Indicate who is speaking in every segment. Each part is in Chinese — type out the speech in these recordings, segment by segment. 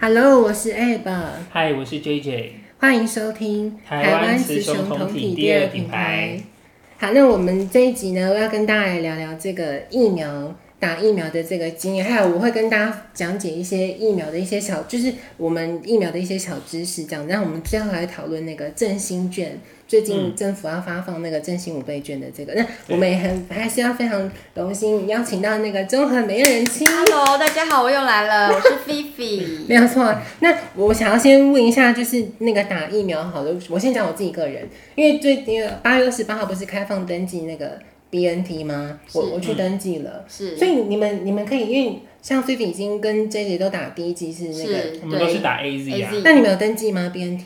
Speaker 1: Hello，我是 Ab，
Speaker 2: 嗨，我是 JJ。
Speaker 1: 欢迎收听
Speaker 2: 台湾雌雄同体第二品牌。
Speaker 1: 好，那我们这一集呢，我要跟大家来聊聊这个疫苗打疫苗的这个经验，还有我会跟大家讲解一些疫苗的一些小，就是我们疫苗的一些小知识，这样。然后我们最后来讨论那个振兴券，最近政府要发放那个振兴五倍券的这个，那我们也很还是要非常荣幸邀请到那个中和美人亲。
Speaker 3: Hello，大家好，我又来了，我是菲菲。
Speaker 1: 没有错。那我想要先问一下，就是那个打疫苗好了，我先讲我自己个人，因为最那个八月二十八号不是开放登记那个 BNT 吗？我
Speaker 3: 是嗯
Speaker 1: 我去登记了，
Speaker 3: 是
Speaker 1: 所以你们你们可以，因为像 Fifi 已经跟 J J 都打第一剂是那个，
Speaker 3: 是，
Speaker 2: 我们都是
Speaker 3: 对，
Speaker 2: 打 AZ 啊
Speaker 3: AZ，
Speaker 1: 那你们有登记吗？BNT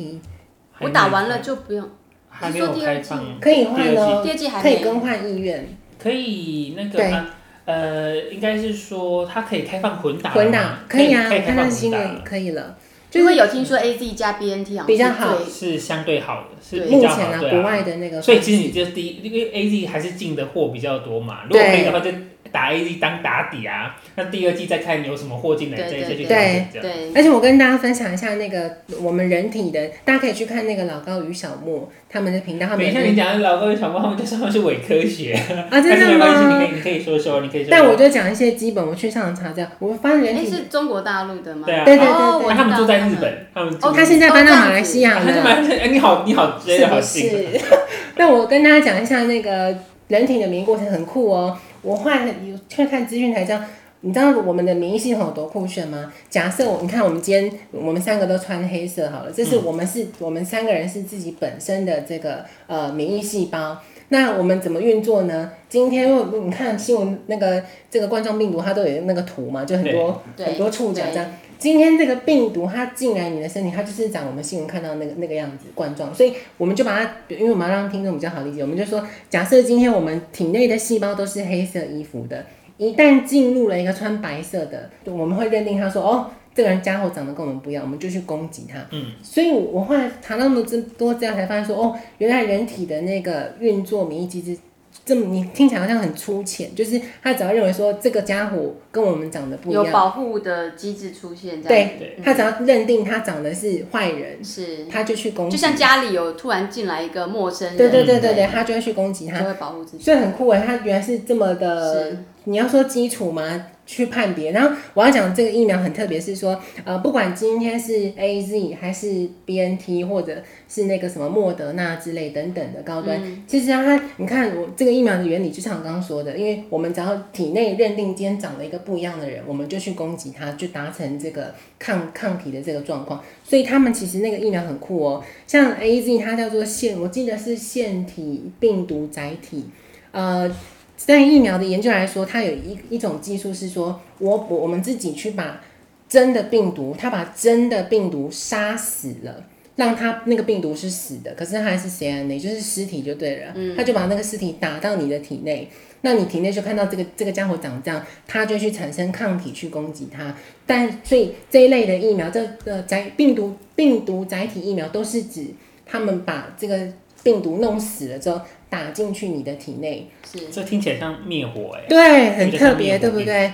Speaker 2: 还没有
Speaker 3: 我打完了就不用，
Speaker 2: 还没有开
Speaker 3: 你
Speaker 2: 放，
Speaker 1: 可以换
Speaker 2: 第二季
Speaker 1: 哦
Speaker 3: 第，二季还
Speaker 1: 可
Speaker 3: 没
Speaker 1: 以更换意愿，
Speaker 2: 可以那个
Speaker 1: 对
Speaker 2: 啊，呃，应该是说它可以开放混打了吗，
Speaker 1: 混打可以啊，
Speaker 2: 可以
Speaker 1: 我
Speaker 2: 开
Speaker 1: 看
Speaker 2: 放
Speaker 1: 到新
Speaker 2: 混打
Speaker 1: 闻
Speaker 2: 了，
Speaker 1: 可以了，就
Speaker 3: 因为
Speaker 1: 是
Speaker 3: 有听说 A Z 加 B N T 好像
Speaker 1: 比较好
Speaker 3: 是最
Speaker 2: 是相对好的，是
Speaker 3: 对
Speaker 2: 比
Speaker 1: 目
Speaker 2: 较
Speaker 1: 前
Speaker 2: 好
Speaker 1: 啊
Speaker 2: 对
Speaker 1: 国
Speaker 2: 啊。
Speaker 1: 外的那个方式，
Speaker 2: 所以其实你就是第一，因为 AZ 还是进的货比较多嘛，如果可以的话就打 AZ 当打底啊，那第二季再看有什么货进来，
Speaker 3: 对
Speaker 2: 再
Speaker 3: 对
Speaker 2: 再去
Speaker 3: 对
Speaker 2: 调整这样。
Speaker 3: 对，
Speaker 1: 而且我跟大家分享一下那个我们人体的，大家可以去看那个老高与小莫他们的频道，他
Speaker 2: 等一下，
Speaker 1: 们
Speaker 2: 你讲的老高与小猫，他们就说他们是伪科学，
Speaker 1: 啊，
Speaker 2: 但
Speaker 1: 真
Speaker 2: 是没
Speaker 1: 的
Speaker 2: 关系，你可
Speaker 1: 吗？
Speaker 2: 以你可以说说，你可以说说。
Speaker 1: 但我就讲一些基本，我去上网查资料，我发现人
Speaker 3: 哎，
Speaker 1: 体，
Speaker 3: 是中国大陆的吗？
Speaker 2: 对啊
Speaker 1: 对对
Speaker 3: 哦
Speaker 1: 对
Speaker 3: 我
Speaker 2: 那
Speaker 3: 知道
Speaker 2: 他们住在日本，他们住
Speaker 1: 哦，他现在搬到马来西亚
Speaker 2: 啊他是
Speaker 1: 了，
Speaker 2: 蛮哎，你好，你好，真
Speaker 1: 是
Speaker 2: 的好
Speaker 1: 不
Speaker 2: 幸运。
Speaker 1: 是？ 那我跟大家讲一下那个人体的免疫过程很酷哦，我后来有去看资讯才知道。你知道我们的免疫系统有多酷炫吗？假设我，你看我们今天我们三个都穿黑色好了，这是
Speaker 2: 嗯
Speaker 1: 我们是、我们三个人是自己本身的这个呃免疫细胞。那我们怎么运作呢？今天我你看新闻那个这个冠状病毒它都有那个图嘛，就很多
Speaker 3: 对
Speaker 1: 很多触角这样。今天这个病毒它进来你的身体，它就是长我们新闻看到那个那个样子冠状，所以我们就把它，因为我们要让听众比较好理解，我们就说，假设今天我们体内的细胞都是黑色衣服的，一旦进入了一个穿白色的，就我们会认定他说哦。这个人家伙长得跟我们不一样，我们就去攻击他。
Speaker 2: 嗯，
Speaker 1: 所以我后来查那么多资料，才发现说，哦，原来人体的那个运作免疫机制，这么你听起来好像很粗浅，就是他只要认为说这个家伙跟我们长得不一
Speaker 3: 有
Speaker 1: 样，
Speaker 3: 保护的机制出现，这样
Speaker 2: 对
Speaker 3: 嗯
Speaker 1: 他只要认定他长得是坏人，
Speaker 3: 是，
Speaker 1: 他就去攻击。
Speaker 3: 嗯就像家里有突然进来一个陌生人，
Speaker 1: 对对对对对，他就会去攻击他
Speaker 3: 就，会保护自己，
Speaker 1: 所以很酷哎，他原来是这么的
Speaker 3: 是。
Speaker 1: 呃你要说基础嘛，去判别。然后我要讲这个疫苗很特别，是说呃，不管今天是 A Z 还是 B N T 或者是那个什么莫德纳之类等等的高端，其实它你看我这个疫苗的原理，就像我刚刚说的，因为我们只要体内认定今天长了一个不一样的人，我们就去攻击他，就达成这个抗抗体的这个状况。所以他们其实那个疫苗很酷哦，像 A Z 它叫做腺，我记得是腺体病毒载体，呃，在疫苗的研究来说，它有一一种技术是说，我我我们自己去把真的病毒，它把真的病毒杀死了，让它那个病毒是死的，可是它还是 CNA，就是尸体就对了，它就把那个尸体打到你的体内。那你体内就看到这个这个家伙长这样，它就去产生抗体去攻击它。但所以这一类的疫苗，这个载病毒病毒载体疫苗都是指他们把这个病毒弄死了之后打进去你的体内，
Speaker 3: 是
Speaker 2: 这听起来像灭火哎。
Speaker 1: 对，很特别，
Speaker 2: 有点像灭
Speaker 1: 对
Speaker 2: 活
Speaker 1: 不
Speaker 2: 病
Speaker 1: 对？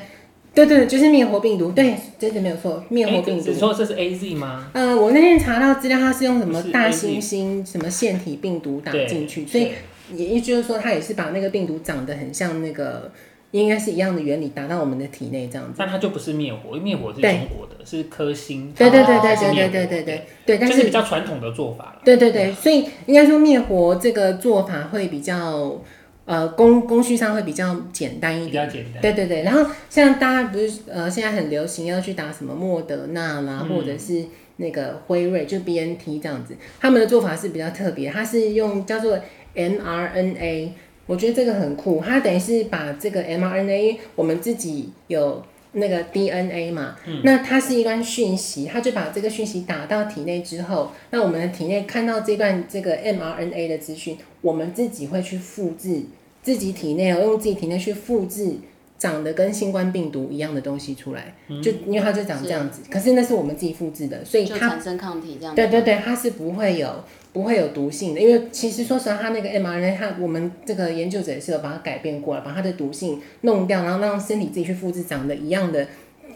Speaker 1: 对对，就是灭活病毒，对，真的没有错，灭活病
Speaker 2: 哎你
Speaker 1: 毒。
Speaker 2: 说这是 A Z 吗？
Speaker 1: 呃，我那天查到资料，它是用什么
Speaker 2: 不是
Speaker 1: 大
Speaker 2: AZ
Speaker 1: 猩猩、什么腺体病毒打
Speaker 2: 对
Speaker 1: 进去，所以也意思就是说，它也是把那个病毒长得很像那个，应该是一样的原理，打到我们的体内这样子。
Speaker 2: 但它就不是灭火，因为灭火是
Speaker 1: 对
Speaker 2: 中国的，是科兴。
Speaker 1: 对对对
Speaker 2: 它
Speaker 1: 对
Speaker 2: 哦是灭
Speaker 1: 对对
Speaker 2: 火
Speaker 1: 对对对对，但
Speaker 2: 就是是比较传统的做法了。
Speaker 1: 对对对，所以应该说灭活这个做法会比较，呃，工工序上会比较简单一
Speaker 2: 比
Speaker 1: 点
Speaker 2: 较。简单。
Speaker 1: 对对对，然后像大家不是呃，现在很流行要去打什么莫德纳啦，
Speaker 2: 嗯
Speaker 1: 或者是那个辉瑞，就 B N T 这样子，他们的做法是比较特别，它是用叫做 m R N A，我觉得这个很酷，它等于是把这个 m R N A，我们自己有那个 D N A 嘛，那它是一段讯息，它就把这个讯息打到体内之后，那我们的体内看到这段这个 mRNA 的资讯，我们自己会去复制自己体内哦，用自己体内去复制长得跟新冠病毒一样的东西出来，就因为它就长这样子，可是那是我们自己复制的，所以
Speaker 3: 就
Speaker 1: 它
Speaker 3: 产生抗体这样，
Speaker 1: 对对对，它是不会有不会有毒性的，因为其实说实话，它那个 mRNA，它我们这个研究者也是有把它改变过了，把它的毒性弄掉，然后让身体自己去复制长得一样的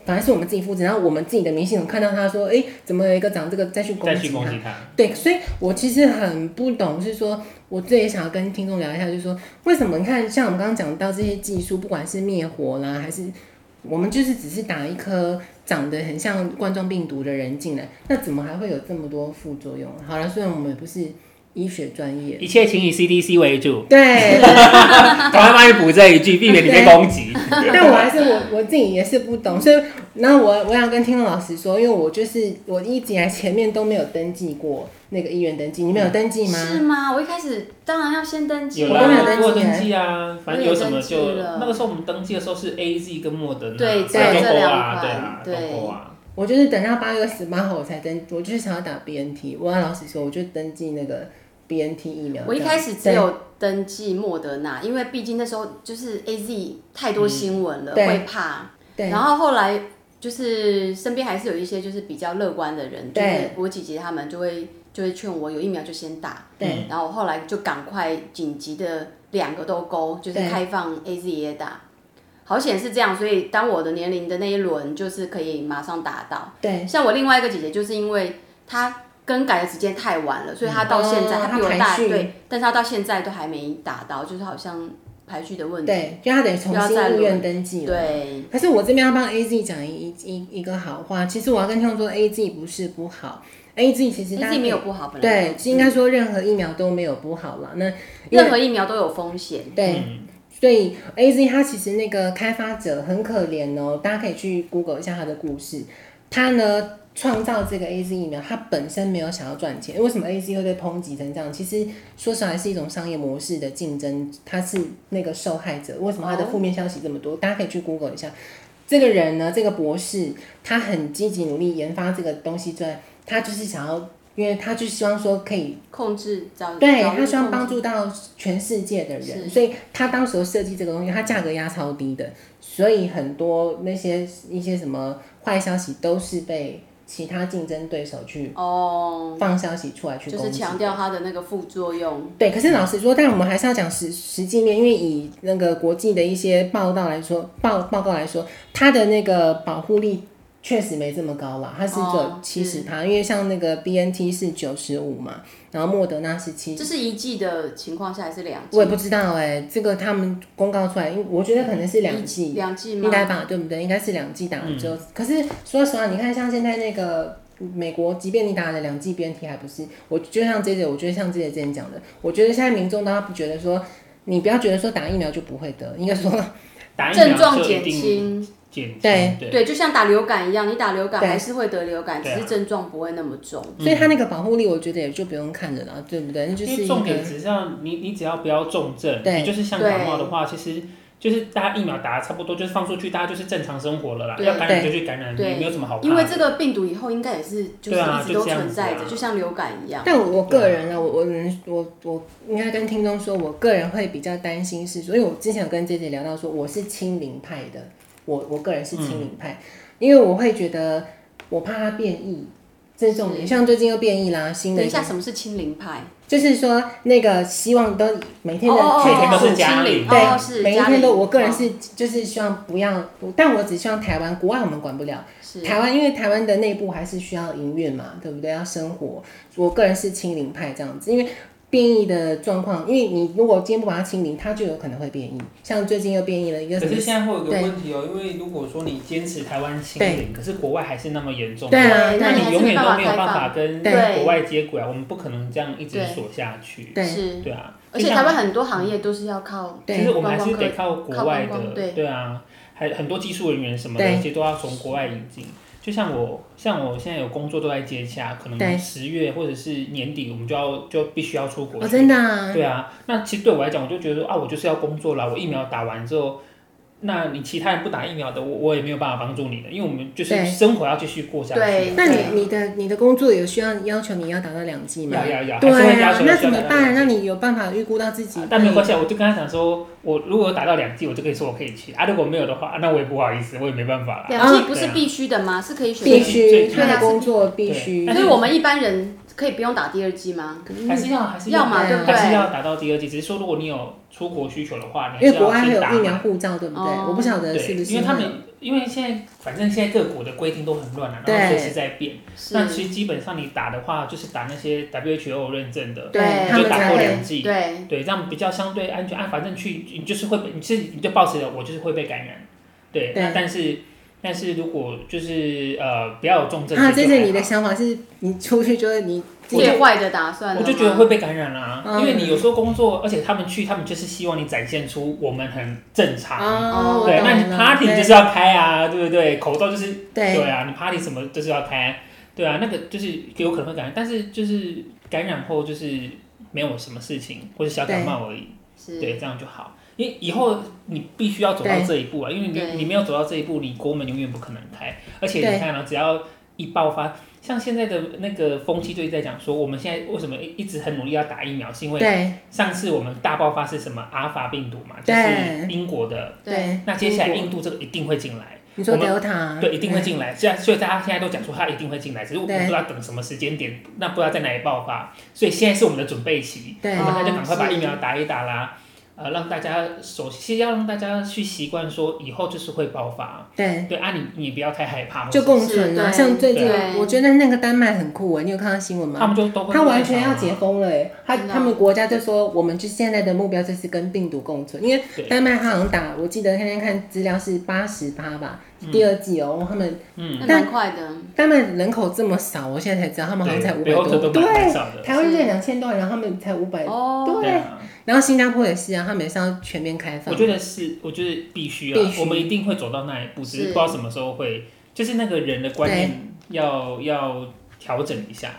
Speaker 1: 反而是我们自己复制，然后我们自己的免疫系统看到他说，哎、怎么有一个长这个再去攻
Speaker 2: 再
Speaker 1: 击
Speaker 2: 去攻
Speaker 1: 他？
Speaker 2: 击它。
Speaker 1: 对，所以我其实很不懂，是说我这也想要跟听众聊一下，就是说为什么你看像我们刚刚讲到这些技术，不管是灭活啦，还是我们就是只是打一颗长得很像冠状病毒的人进来，那怎么还会有这么多副作用？好了，虽然我们也不是医学专业，
Speaker 2: 一切请以 CDC 为主，
Speaker 1: 对，
Speaker 2: 赶快帮你补这一句，避免你被 攻击。
Speaker 1: 但我还是我我自己也是不懂，所以然后我我想跟听众老师说，因为我就是我一直以来前面都没有登记过那个医院登记，你们有登记吗？
Speaker 3: 是吗？我一开始当然要先登记啊
Speaker 2: 有
Speaker 1: 我都没有
Speaker 2: 啦，
Speaker 1: 登记哎
Speaker 2: 我登记啊，反正有什么
Speaker 3: 我
Speaker 2: 就
Speaker 3: 也登记了
Speaker 2: 那个时候我们登记的时候是 A Z 跟莫德纳，
Speaker 3: 对
Speaker 2: 所以
Speaker 1: 对
Speaker 2: 都
Speaker 3: 这
Speaker 2: 勾
Speaker 3: 两
Speaker 2: 啊，
Speaker 3: 款
Speaker 2: 对啊，都
Speaker 3: 对
Speaker 2: 勾啊，
Speaker 1: 我就是等到八月十八号我才登，我就是想要打 BNT。我要老实说，我就登记那个 BNT 疫苗。
Speaker 3: 我一开始只有登记莫德纳，因为毕竟那时候就是 A Z 太多新闻了，
Speaker 1: 嗯对
Speaker 3: 会怕。
Speaker 1: 对
Speaker 3: 然后后来就是身边还是有一些就是比较乐观的人，就
Speaker 1: 对
Speaker 3: 是我姐姐他们就会就会劝我有疫苗就先打。
Speaker 1: 对
Speaker 3: 然后我后来就赶快紧急的两个都勾，就是
Speaker 1: 对
Speaker 3: 开放 A Z 也打。好险是这样，所以当我的年龄的那一轮就是可以马上打到。
Speaker 1: 对
Speaker 3: 像我另外一个姐姐，就是因为她更改的时间太晚了，所以她到现在、
Speaker 1: 哦
Speaker 3: 她比我
Speaker 1: 她排
Speaker 3: 大，
Speaker 1: 序
Speaker 3: 对，但是她到现在都还没打到，就是好像排序的问题。
Speaker 1: 对，就他得重新入院登记了。
Speaker 3: 对，
Speaker 1: 可是我这边要帮 A Z 讲一一一一个好话，其实我要跟听众说，A Z 不是不好，A Z 其实
Speaker 3: 自
Speaker 1: 大
Speaker 3: 己
Speaker 1: 家
Speaker 3: 没有不好，本来
Speaker 1: 对，应该说任何疫苗都没有不好了。那因为
Speaker 3: 任何疫苗都有风险。
Speaker 1: 对，
Speaker 2: 嗯
Speaker 1: 所以 A Z 它其实那个开发者很可怜哦，大家可以去 Google 一下他的故事。他呢创造这个 A Z 疫苗，他本身没有想要赚钱。为什么 A Z 会被抨击成这样？其实说实来是一种商业模式的竞争，他是那个受害者。为什么他的负面消息这么多？大家可以去 Google 一下。这个人呢，这个博士，他很积极努力研发这个东西之外，他就是想要，因为他就希望说可以
Speaker 3: 控制早
Speaker 1: 对
Speaker 3: 早日
Speaker 1: 他希望
Speaker 3: 控制
Speaker 1: 帮助到全世界的
Speaker 3: 是
Speaker 1: 人，所以他当时候设计这个东西，它价格压超低的，所以很多那些一些什么坏消息都是被其他竞争对手去
Speaker 3: 哦，
Speaker 1: 放消息出来去
Speaker 3: 就
Speaker 1: 攻
Speaker 3: 是
Speaker 1: 击。
Speaker 3: 强调它的那个副作用。
Speaker 1: 对，可是老实说，但我们还是要讲实实际面，因为以那个国际的一些报道来说，报报告来说，它的那个保护力确实没这么高了，它是只有
Speaker 3: 哦
Speaker 1: 七十趴，因为像那个 B N T 是九十五嘛，然后莫德纳是七
Speaker 3: 这是一季的情况下还是两季？
Speaker 1: 我也不知道哎、这个他们公告出来，因为我觉得可能是两
Speaker 3: 一
Speaker 1: 季，
Speaker 3: 两季吗？
Speaker 1: 应该吧，对不对？应该是两季打完之后，可是说实话，你看像现在那个美国，即便你打了两季 BNT，还不是我就像 J J，我觉得像 J J 之前讲的，我觉得现在民众大家不觉得说，你不要觉得说打疫苗就不会得，应该说
Speaker 2: 打疫苗
Speaker 3: 症状
Speaker 2: 就一
Speaker 3: 减
Speaker 2: 定
Speaker 3: 轻，
Speaker 2: 减轻，
Speaker 1: 对
Speaker 2: 对，
Speaker 3: 对，就像打流感一样，你打流感
Speaker 1: 对
Speaker 3: 还是会得流感，只
Speaker 2: 对啊
Speaker 3: 是症状不会那么重。
Speaker 1: 所以他那个保护力，我觉得也就不用看了啦，对不对？那就
Speaker 2: 因
Speaker 1: 是
Speaker 2: 为
Speaker 1: 一
Speaker 2: 重
Speaker 1: 个
Speaker 2: 点只是让你，你只要不要重症，
Speaker 1: 对
Speaker 2: 你就是像感冒的话，其实就是大家疫苗打得差不多，就是放出去，大家就是正常生活了啦。
Speaker 3: 对
Speaker 2: 要感染就去感染，
Speaker 3: 对
Speaker 2: 也没有什么好怕的。
Speaker 3: 因为这个病毒以后应该也是就是
Speaker 2: 对啊
Speaker 3: 一直都
Speaker 2: 就这样
Speaker 3: 存
Speaker 2: 子啊
Speaker 3: 在着，就像流感一样。
Speaker 1: 但我个人呢，我我能我我应该跟听众说，我个人会比较担心是说，因为我之前有跟姐姐聊到说，我是清零派的，我我个人是清零派，因为我会觉得我怕它变异，这种
Speaker 3: 是
Speaker 1: 像最近又变异啦，新的
Speaker 3: 等一下，什么是清零派？
Speaker 1: 就是说那个希望都每天的
Speaker 3: 哦
Speaker 1: 确
Speaker 2: 每
Speaker 1: 诊
Speaker 2: 天都
Speaker 1: 数
Speaker 2: 是家里哦
Speaker 3: 对，哦
Speaker 1: 对
Speaker 3: 是
Speaker 1: 每一
Speaker 3: 家里
Speaker 1: 天都，我个人是就是希望不要，但我只希望台湾，国外我们管不了。
Speaker 3: 是
Speaker 1: 台湾因为台湾的内部还是需要营运嘛，对不对？要生活，我个人是清零派这样子，因为变异的状况，因为你如果今天不把它清零，它就有可能会变异。像最近又变异了一个
Speaker 2: 可
Speaker 1: 什么
Speaker 2: 是？现在会有一个
Speaker 1: 对
Speaker 2: 问题哦，因为如果说你坚持台湾清零，可是国外还是那么严重，
Speaker 1: 对啊，
Speaker 3: 对
Speaker 1: 那
Speaker 2: 那
Speaker 1: 你
Speaker 3: 还
Speaker 2: 你
Speaker 3: 是
Speaker 2: 永远都没有
Speaker 3: 没办
Speaker 2: 办
Speaker 3: 法
Speaker 2: 法跟
Speaker 3: 对
Speaker 2: 国外接轨啊。我们不可能这样一直
Speaker 3: 对
Speaker 2: 锁下去。
Speaker 1: 对
Speaker 3: 是，
Speaker 2: 对啊，
Speaker 3: 而且
Speaker 2: 就像
Speaker 3: 台湾很多行业都是要靠
Speaker 1: 对
Speaker 2: 其实我们还
Speaker 3: 观
Speaker 2: 是
Speaker 3: 光客
Speaker 2: 得靠国外
Speaker 3: 靠观光
Speaker 2: 的，
Speaker 3: 对
Speaker 2: 啊，还很多技术人员什么的，
Speaker 1: 对
Speaker 2: 其实都要从国外引进。就像我，像我现在有工作都在接洽，可
Speaker 1: 对
Speaker 2: 能十月或者是年底，我们就要就必须要出国
Speaker 1: 哦，
Speaker 2: 去。
Speaker 1: 真的啊，
Speaker 2: 对啊，那其实对我来讲，我就觉得说啊，我就是要工作啦，我疫苗打完之后，那你其他人不打疫苗的，我我也没有办法帮助你的，因为我们就
Speaker 1: 对
Speaker 2: 是生活要继续过下去。
Speaker 3: 对
Speaker 1: 那
Speaker 3: 对啊
Speaker 1: 你你的你的工作有需要要求你要达到两剂吗
Speaker 2: 要？要要，还是会
Speaker 1: 对
Speaker 2: 要
Speaker 1: 啊
Speaker 2: 求，
Speaker 1: 那
Speaker 2: 要
Speaker 1: 怎么
Speaker 2: 达到
Speaker 1: 办？
Speaker 2: 两剂
Speaker 1: 那你有办法预估到自己？
Speaker 2: 但没有关系啊，我就跟他讲说，我如果有打到两剂，我就可以说我可以去啊。如果没有的话，那我也不好意思，我也没办法啦。
Speaker 3: 两季
Speaker 2: 啊
Speaker 3: 不是必须的吗？是可以选
Speaker 1: 必
Speaker 3: 择
Speaker 1: 须
Speaker 2: 最
Speaker 1: 他
Speaker 3: 对啊
Speaker 1: 的
Speaker 3: 是
Speaker 1: 工作必须
Speaker 2: 对
Speaker 3: 的。所以我们一般人可以不用打第二季吗？
Speaker 2: 还是要还是
Speaker 3: 要嘛
Speaker 1: 对
Speaker 3: 对
Speaker 1: 啊
Speaker 3: 不
Speaker 2: 还是
Speaker 3: 对？
Speaker 2: 要打到第二剂。只是说，如果你有出国需求的话，你
Speaker 1: 因为
Speaker 2: 还是
Speaker 1: 国
Speaker 2: 要
Speaker 1: 外还
Speaker 2: 先
Speaker 1: 有
Speaker 2: 打
Speaker 1: 疫苗
Speaker 2: 满。
Speaker 1: 护照，对不对？
Speaker 3: 哦
Speaker 1: 我不晓得是不
Speaker 2: 对，
Speaker 1: 是嗯
Speaker 2: 因为他
Speaker 1: 会
Speaker 2: 们因为现在反正现在各国的规定都很乱啊，然后
Speaker 1: 对
Speaker 2: 随时在变。
Speaker 3: 是
Speaker 2: 那其实基本上你打的话，就是打那些 WHO 认证的，
Speaker 1: 对
Speaker 3: 他
Speaker 2: 你就
Speaker 3: 们
Speaker 2: 打
Speaker 3: 才
Speaker 2: 过
Speaker 3: 会
Speaker 2: 两剂，
Speaker 3: 对，
Speaker 2: 对，这样比较相对安全啊。反正去你就是会被，你是你就抱持了我就是会被感染，对。
Speaker 1: 对
Speaker 2: 那但是但是如果就是呃不要有重症
Speaker 1: 啊，
Speaker 2: 这
Speaker 1: 这
Speaker 2: 就还
Speaker 1: 是你的
Speaker 2: 好
Speaker 1: 想法是，你出去就是你自己
Speaker 3: 最坏的打算了
Speaker 2: 我
Speaker 3: 吗
Speaker 2: 就觉得会被感染啦、
Speaker 1: 嗯
Speaker 2: 因为你有时候工作，而且他们去，他们就是希望你展现出我们很正常。
Speaker 1: 哦，我
Speaker 2: 对，
Speaker 1: 懂
Speaker 2: 那你
Speaker 1: 了
Speaker 2: party
Speaker 1: 对
Speaker 2: 就是要开啊，对不对？口罩就是对
Speaker 1: 对
Speaker 2: 啊，你 party 什么就是要开，对啊，那个就是有可能会感染，但是就是感染后就是没有什么事情，或者小感冒而已，
Speaker 3: 是
Speaker 2: 对，这样就好。因为以后你必须要走到
Speaker 1: 对
Speaker 2: 这一步啊，因为你
Speaker 3: 对
Speaker 2: 你没有走到这一步，你国门永远不可能开。而且
Speaker 1: 对
Speaker 2: 你看啊，只要一爆发，像现在的那个风气就一直在讲说，我们现在为什么一直很努力要打疫苗，是因为
Speaker 1: 对
Speaker 2: 上次我们大爆发是什么阿尔法病毒嘛，就
Speaker 1: 对
Speaker 2: 是英国的。
Speaker 3: 对，
Speaker 2: 那接下来
Speaker 1: 英
Speaker 2: 印度这个一定会进来，
Speaker 1: 你说
Speaker 2: 我们
Speaker 1: Delta 啊
Speaker 2: 对，一定会进来。现在，所以大家现在都讲说它一定会进来，只是我们不知道等什么时间点，那不知道在哪里爆发。所以现在是我们的准备期，
Speaker 1: 对
Speaker 2: 我们大家
Speaker 3: 哦
Speaker 2: 赶快把
Speaker 3: 是
Speaker 2: 疫苗打一打啦。呃，让大家首先要让大家去习惯说以后就是会爆发，
Speaker 1: 对。
Speaker 2: 对啊你，你不要太害怕，
Speaker 1: 就
Speaker 2: 或者
Speaker 1: 共存啊，
Speaker 3: 是对
Speaker 1: 像最近
Speaker 3: 对
Speaker 1: 我觉得那个丹麦很酷哎，你有看到新闻
Speaker 2: 是他
Speaker 1: 吗？
Speaker 2: 们就都会
Speaker 1: 他完全要解
Speaker 2: 封，
Speaker 1: 封了哎，他
Speaker 3: 真的啊
Speaker 1: 他们国家就说我们就现在的目标就是跟病毒共存，因为
Speaker 2: 对
Speaker 1: 丹麦他好像打，我记得天天看资料是八十八吧，第二季哦，他们
Speaker 2: 嗯，
Speaker 3: 那
Speaker 1: 但
Speaker 3: 蛮快的，
Speaker 1: 丹麦人口这么少，我现在才知道他们好像才五百
Speaker 2: 对北欧
Speaker 1: 多
Speaker 2: 的，都蛮蛮少的
Speaker 1: 台湾就两千多人，然后他们才五百，
Speaker 3: 哦，
Speaker 1: 对
Speaker 2: 呃对啊，
Speaker 1: 然后新加坡也是啊，他们也是要全面开
Speaker 2: 我
Speaker 1: 放，
Speaker 2: 觉得是，我觉得必须啊
Speaker 1: 必，须
Speaker 2: 我们一定会走到那一步，只是
Speaker 3: 是
Speaker 2: 不知道什么时候会，就是那个人的观念要要调整一下。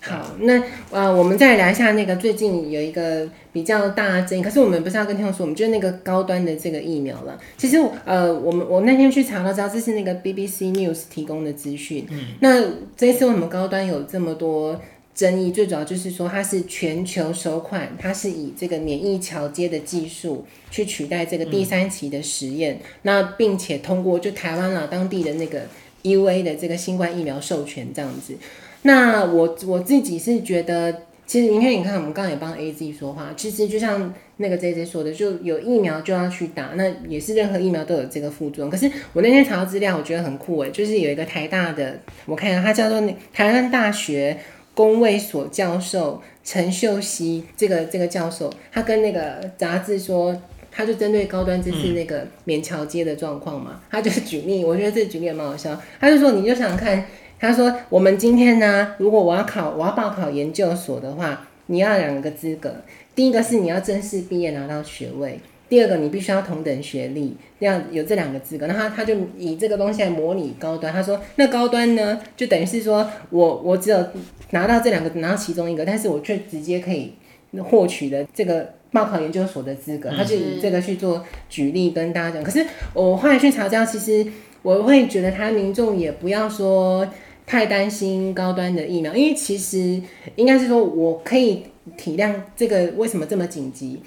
Speaker 1: 好，那呃，我们再聊一下那个最近有一个比较大的争议，可是我们不是要跟听众说，我们就是那个高端的这个疫苗了。其实呃，我们我那天去查了，知道这是那个 BBC News 提供的资讯。嗯，那这一次为什么高端有这么多？争议最主要就是说，它是全球首款，它是以这个免疫桥接的技术去取代这个第三期的实验，那并且通过就台湾啦当地的那个 EUA 的这个新冠疫苗授权这样子。那我我自己是觉得，其实因为你看，我们刚刚也帮 A Z 说话，其实就像那个 J J 说的，就有疫苗就要去打，那也是任何疫苗都有这个副作用。可是我那天查到资料，我觉得很酷诶，就是有一个台大的，我看一下，他叫做那台湾大学工卫所教授陈秀熙，这个这个教授，他跟那个杂志说。他就针对高端这次那个免桥街的状况嘛，他就是举例，我觉得这举例也蛮好笑。他就说，你就想看他说：“我们今天呢，如果我要考，我要报考研究所的话，你要两个资格，第一个是你要正式毕业拿到学位，第二个你必须要同等学历，要有这两个资格。那他他就以这个东西来模拟高端。他说，那高端呢，就等于是说我我只有拿到这两个，拿到其中一个，但是我却直接可以获取的这个。”报考研究所的资格，他就以这个去做举例跟大家讲。可是我后来去查资料，其实我会觉得他民众也不要说太担心高端的疫苗，因为其实应该是说，我可以体谅这个为什么这么紧急，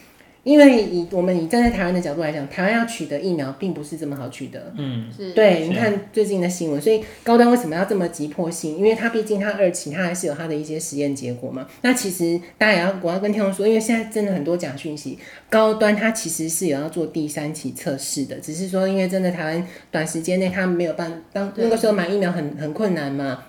Speaker 1: 因为以我们以站在台湾的角度来讲，台湾要取得疫苗并不是这么好取得。
Speaker 2: 嗯，
Speaker 3: 是，
Speaker 1: 对，
Speaker 2: 是
Speaker 1: 你看最近的新闻，所以高端为什么要这么急迫性？因为它毕竟它二期，它还是有它的一些实验结果嘛。那其实大家也要，我要跟听众说，因为现在真的很多假讯息，高端它其实是有要做第三期测试的，只是说因为真的台湾短时间内它没有办，当
Speaker 3: 对
Speaker 1: 那个时候买疫苗很很困难嘛。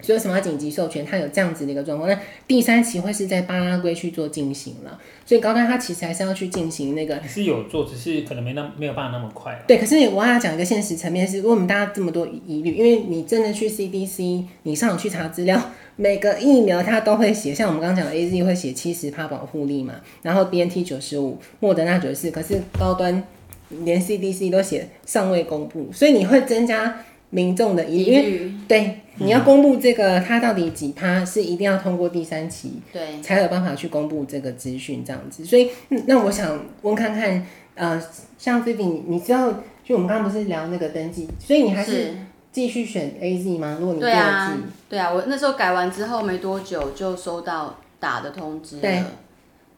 Speaker 1: 所以为什么要紧急授权？它有这样子的一个状况。那第三期会是在巴拉圭去做进行了，所以高端它其实还是要去进行那个
Speaker 2: 是有做，只是可能没那没有办法那么快。
Speaker 1: 对，可是我要讲一个现实层面是，为我们大家这么多疑虑，因为你真的去 CDC，你上网去查资料，每个疫苗它都会写，像我们刚刚讲的 AZ 会写七十帕保护力嘛，然后 BNT 九十五，莫德纳九十四，可是高端连 CDC 都写尚未公布，所以你会增加民众的疑虑，因为
Speaker 3: 虑，
Speaker 1: 对你要公布这个它到底几趴是一定要通过第三期，
Speaker 3: 对，
Speaker 1: 才有办法去公布这个资讯，这样子。所以，嗯那我想问看看，呃，像 Vivi，你你知道，就我们刚刚不是聊那个登记，所以你还是继续选 AZ 吗？如果你第
Speaker 3: 对
Speaker 1: 二
Speaker 3: 啊
Speaker 1: 季，，
Speaker 3: 对啊，我那时候改完之后没多久就收到打的通知
Speaker 1: 对
Speaker 3: 了。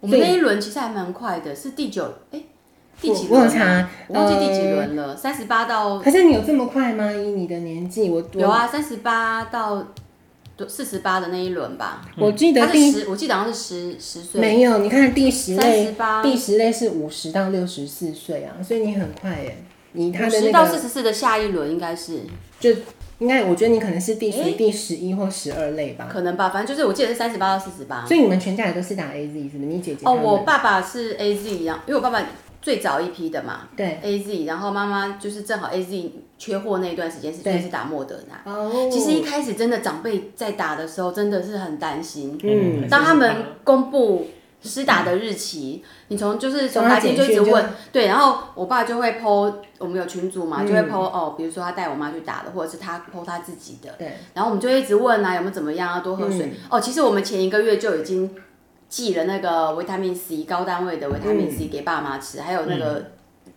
Speaker 3: 我们
Speaker 1: 所
Speaker 3: 那一轮其实还蛮快的，是第九哎、第几
Speaker 1: 我我
Speaker 3: 轮
Speaker 1: 有
Speaker 3: 啊、
Speaker 1: 查，
Speaker 3: 我忘记第几
Speaker 1: 呃
Speaker 3: 轮了，三十八到
Speaker 1: 可是你有这么快吗？以你的年纪，我
Speaker 3: 有
Speaker 1: 我
Speaker 3: 啊，三十八到多四十八的那一轮吧，
Speaker 1: 我记得
Speaker 3: 他是
Speaker 1: 第
Speaker 3: 十，我记得好像是十十岁，
Speaker 1: 没有，你看第十
Speaker 3: 三
Speaker 1: 类
Speaker 3: 十，八，
Speaker 1: 第十类是五十到六十四岁啊，所以你很快耶，你他的
Speaker 3: 十
Speaker 1: 那
Speaker 3: 到
Speaker 1: 个
Speaker 3: 四十四的下一轮应该是
Speaker 1: 应该，我觉得你可能是第属于
Speaker 3: 诶
Speaker 1: 第十一或十二类吧。
Speaker 3: 可能吧，反正就是我记得是三十八到四十八。
Speaker 1: 所以你们全家也都是打 A Z 是不是？你姐姐
Speaker 3: 啊哦，
Speaker 1: 他们
Speaker 3: 我爸爸是 A Z 一样，因为我爸爸最早一批的嘛
Speaker 1: 对
Speaker 3: ，A Z，然后妈妈就是正好 A Z 缺货那一段时间是
Speaker 1: 对
Speaker 3: 所以是打莫德纳。
Speaker 1: 哦，
Speaker 3: 啊其实一开始真的长辈在打的时候真的是很担心，
Speaker 1: 嗯
Speaker 3: 当他们公布施打的日期，你从就是从白天就一
Speaker 1: 从他简
Speaker 3: 直
Speaker 1: 讯就
Speaker 3: 问，对，然后我爸就会 PO，我们有群组嘛，
Speaker 1: 嗯
Speaker 3: 就会 PO 哦，比如说他带我妈去打的，或者是他 PO 他自己的，
Speaker 1: 对，嗯
Speaker 3: 然后我们就一直问啊，有没有怎么样啊，多喝水、哦。其实我们前一个月就已经寄了那个维他命 C 高单位的维他
Speaker 1: 嗯
Speaker 3: 命 C 给爸妈吃，还有那个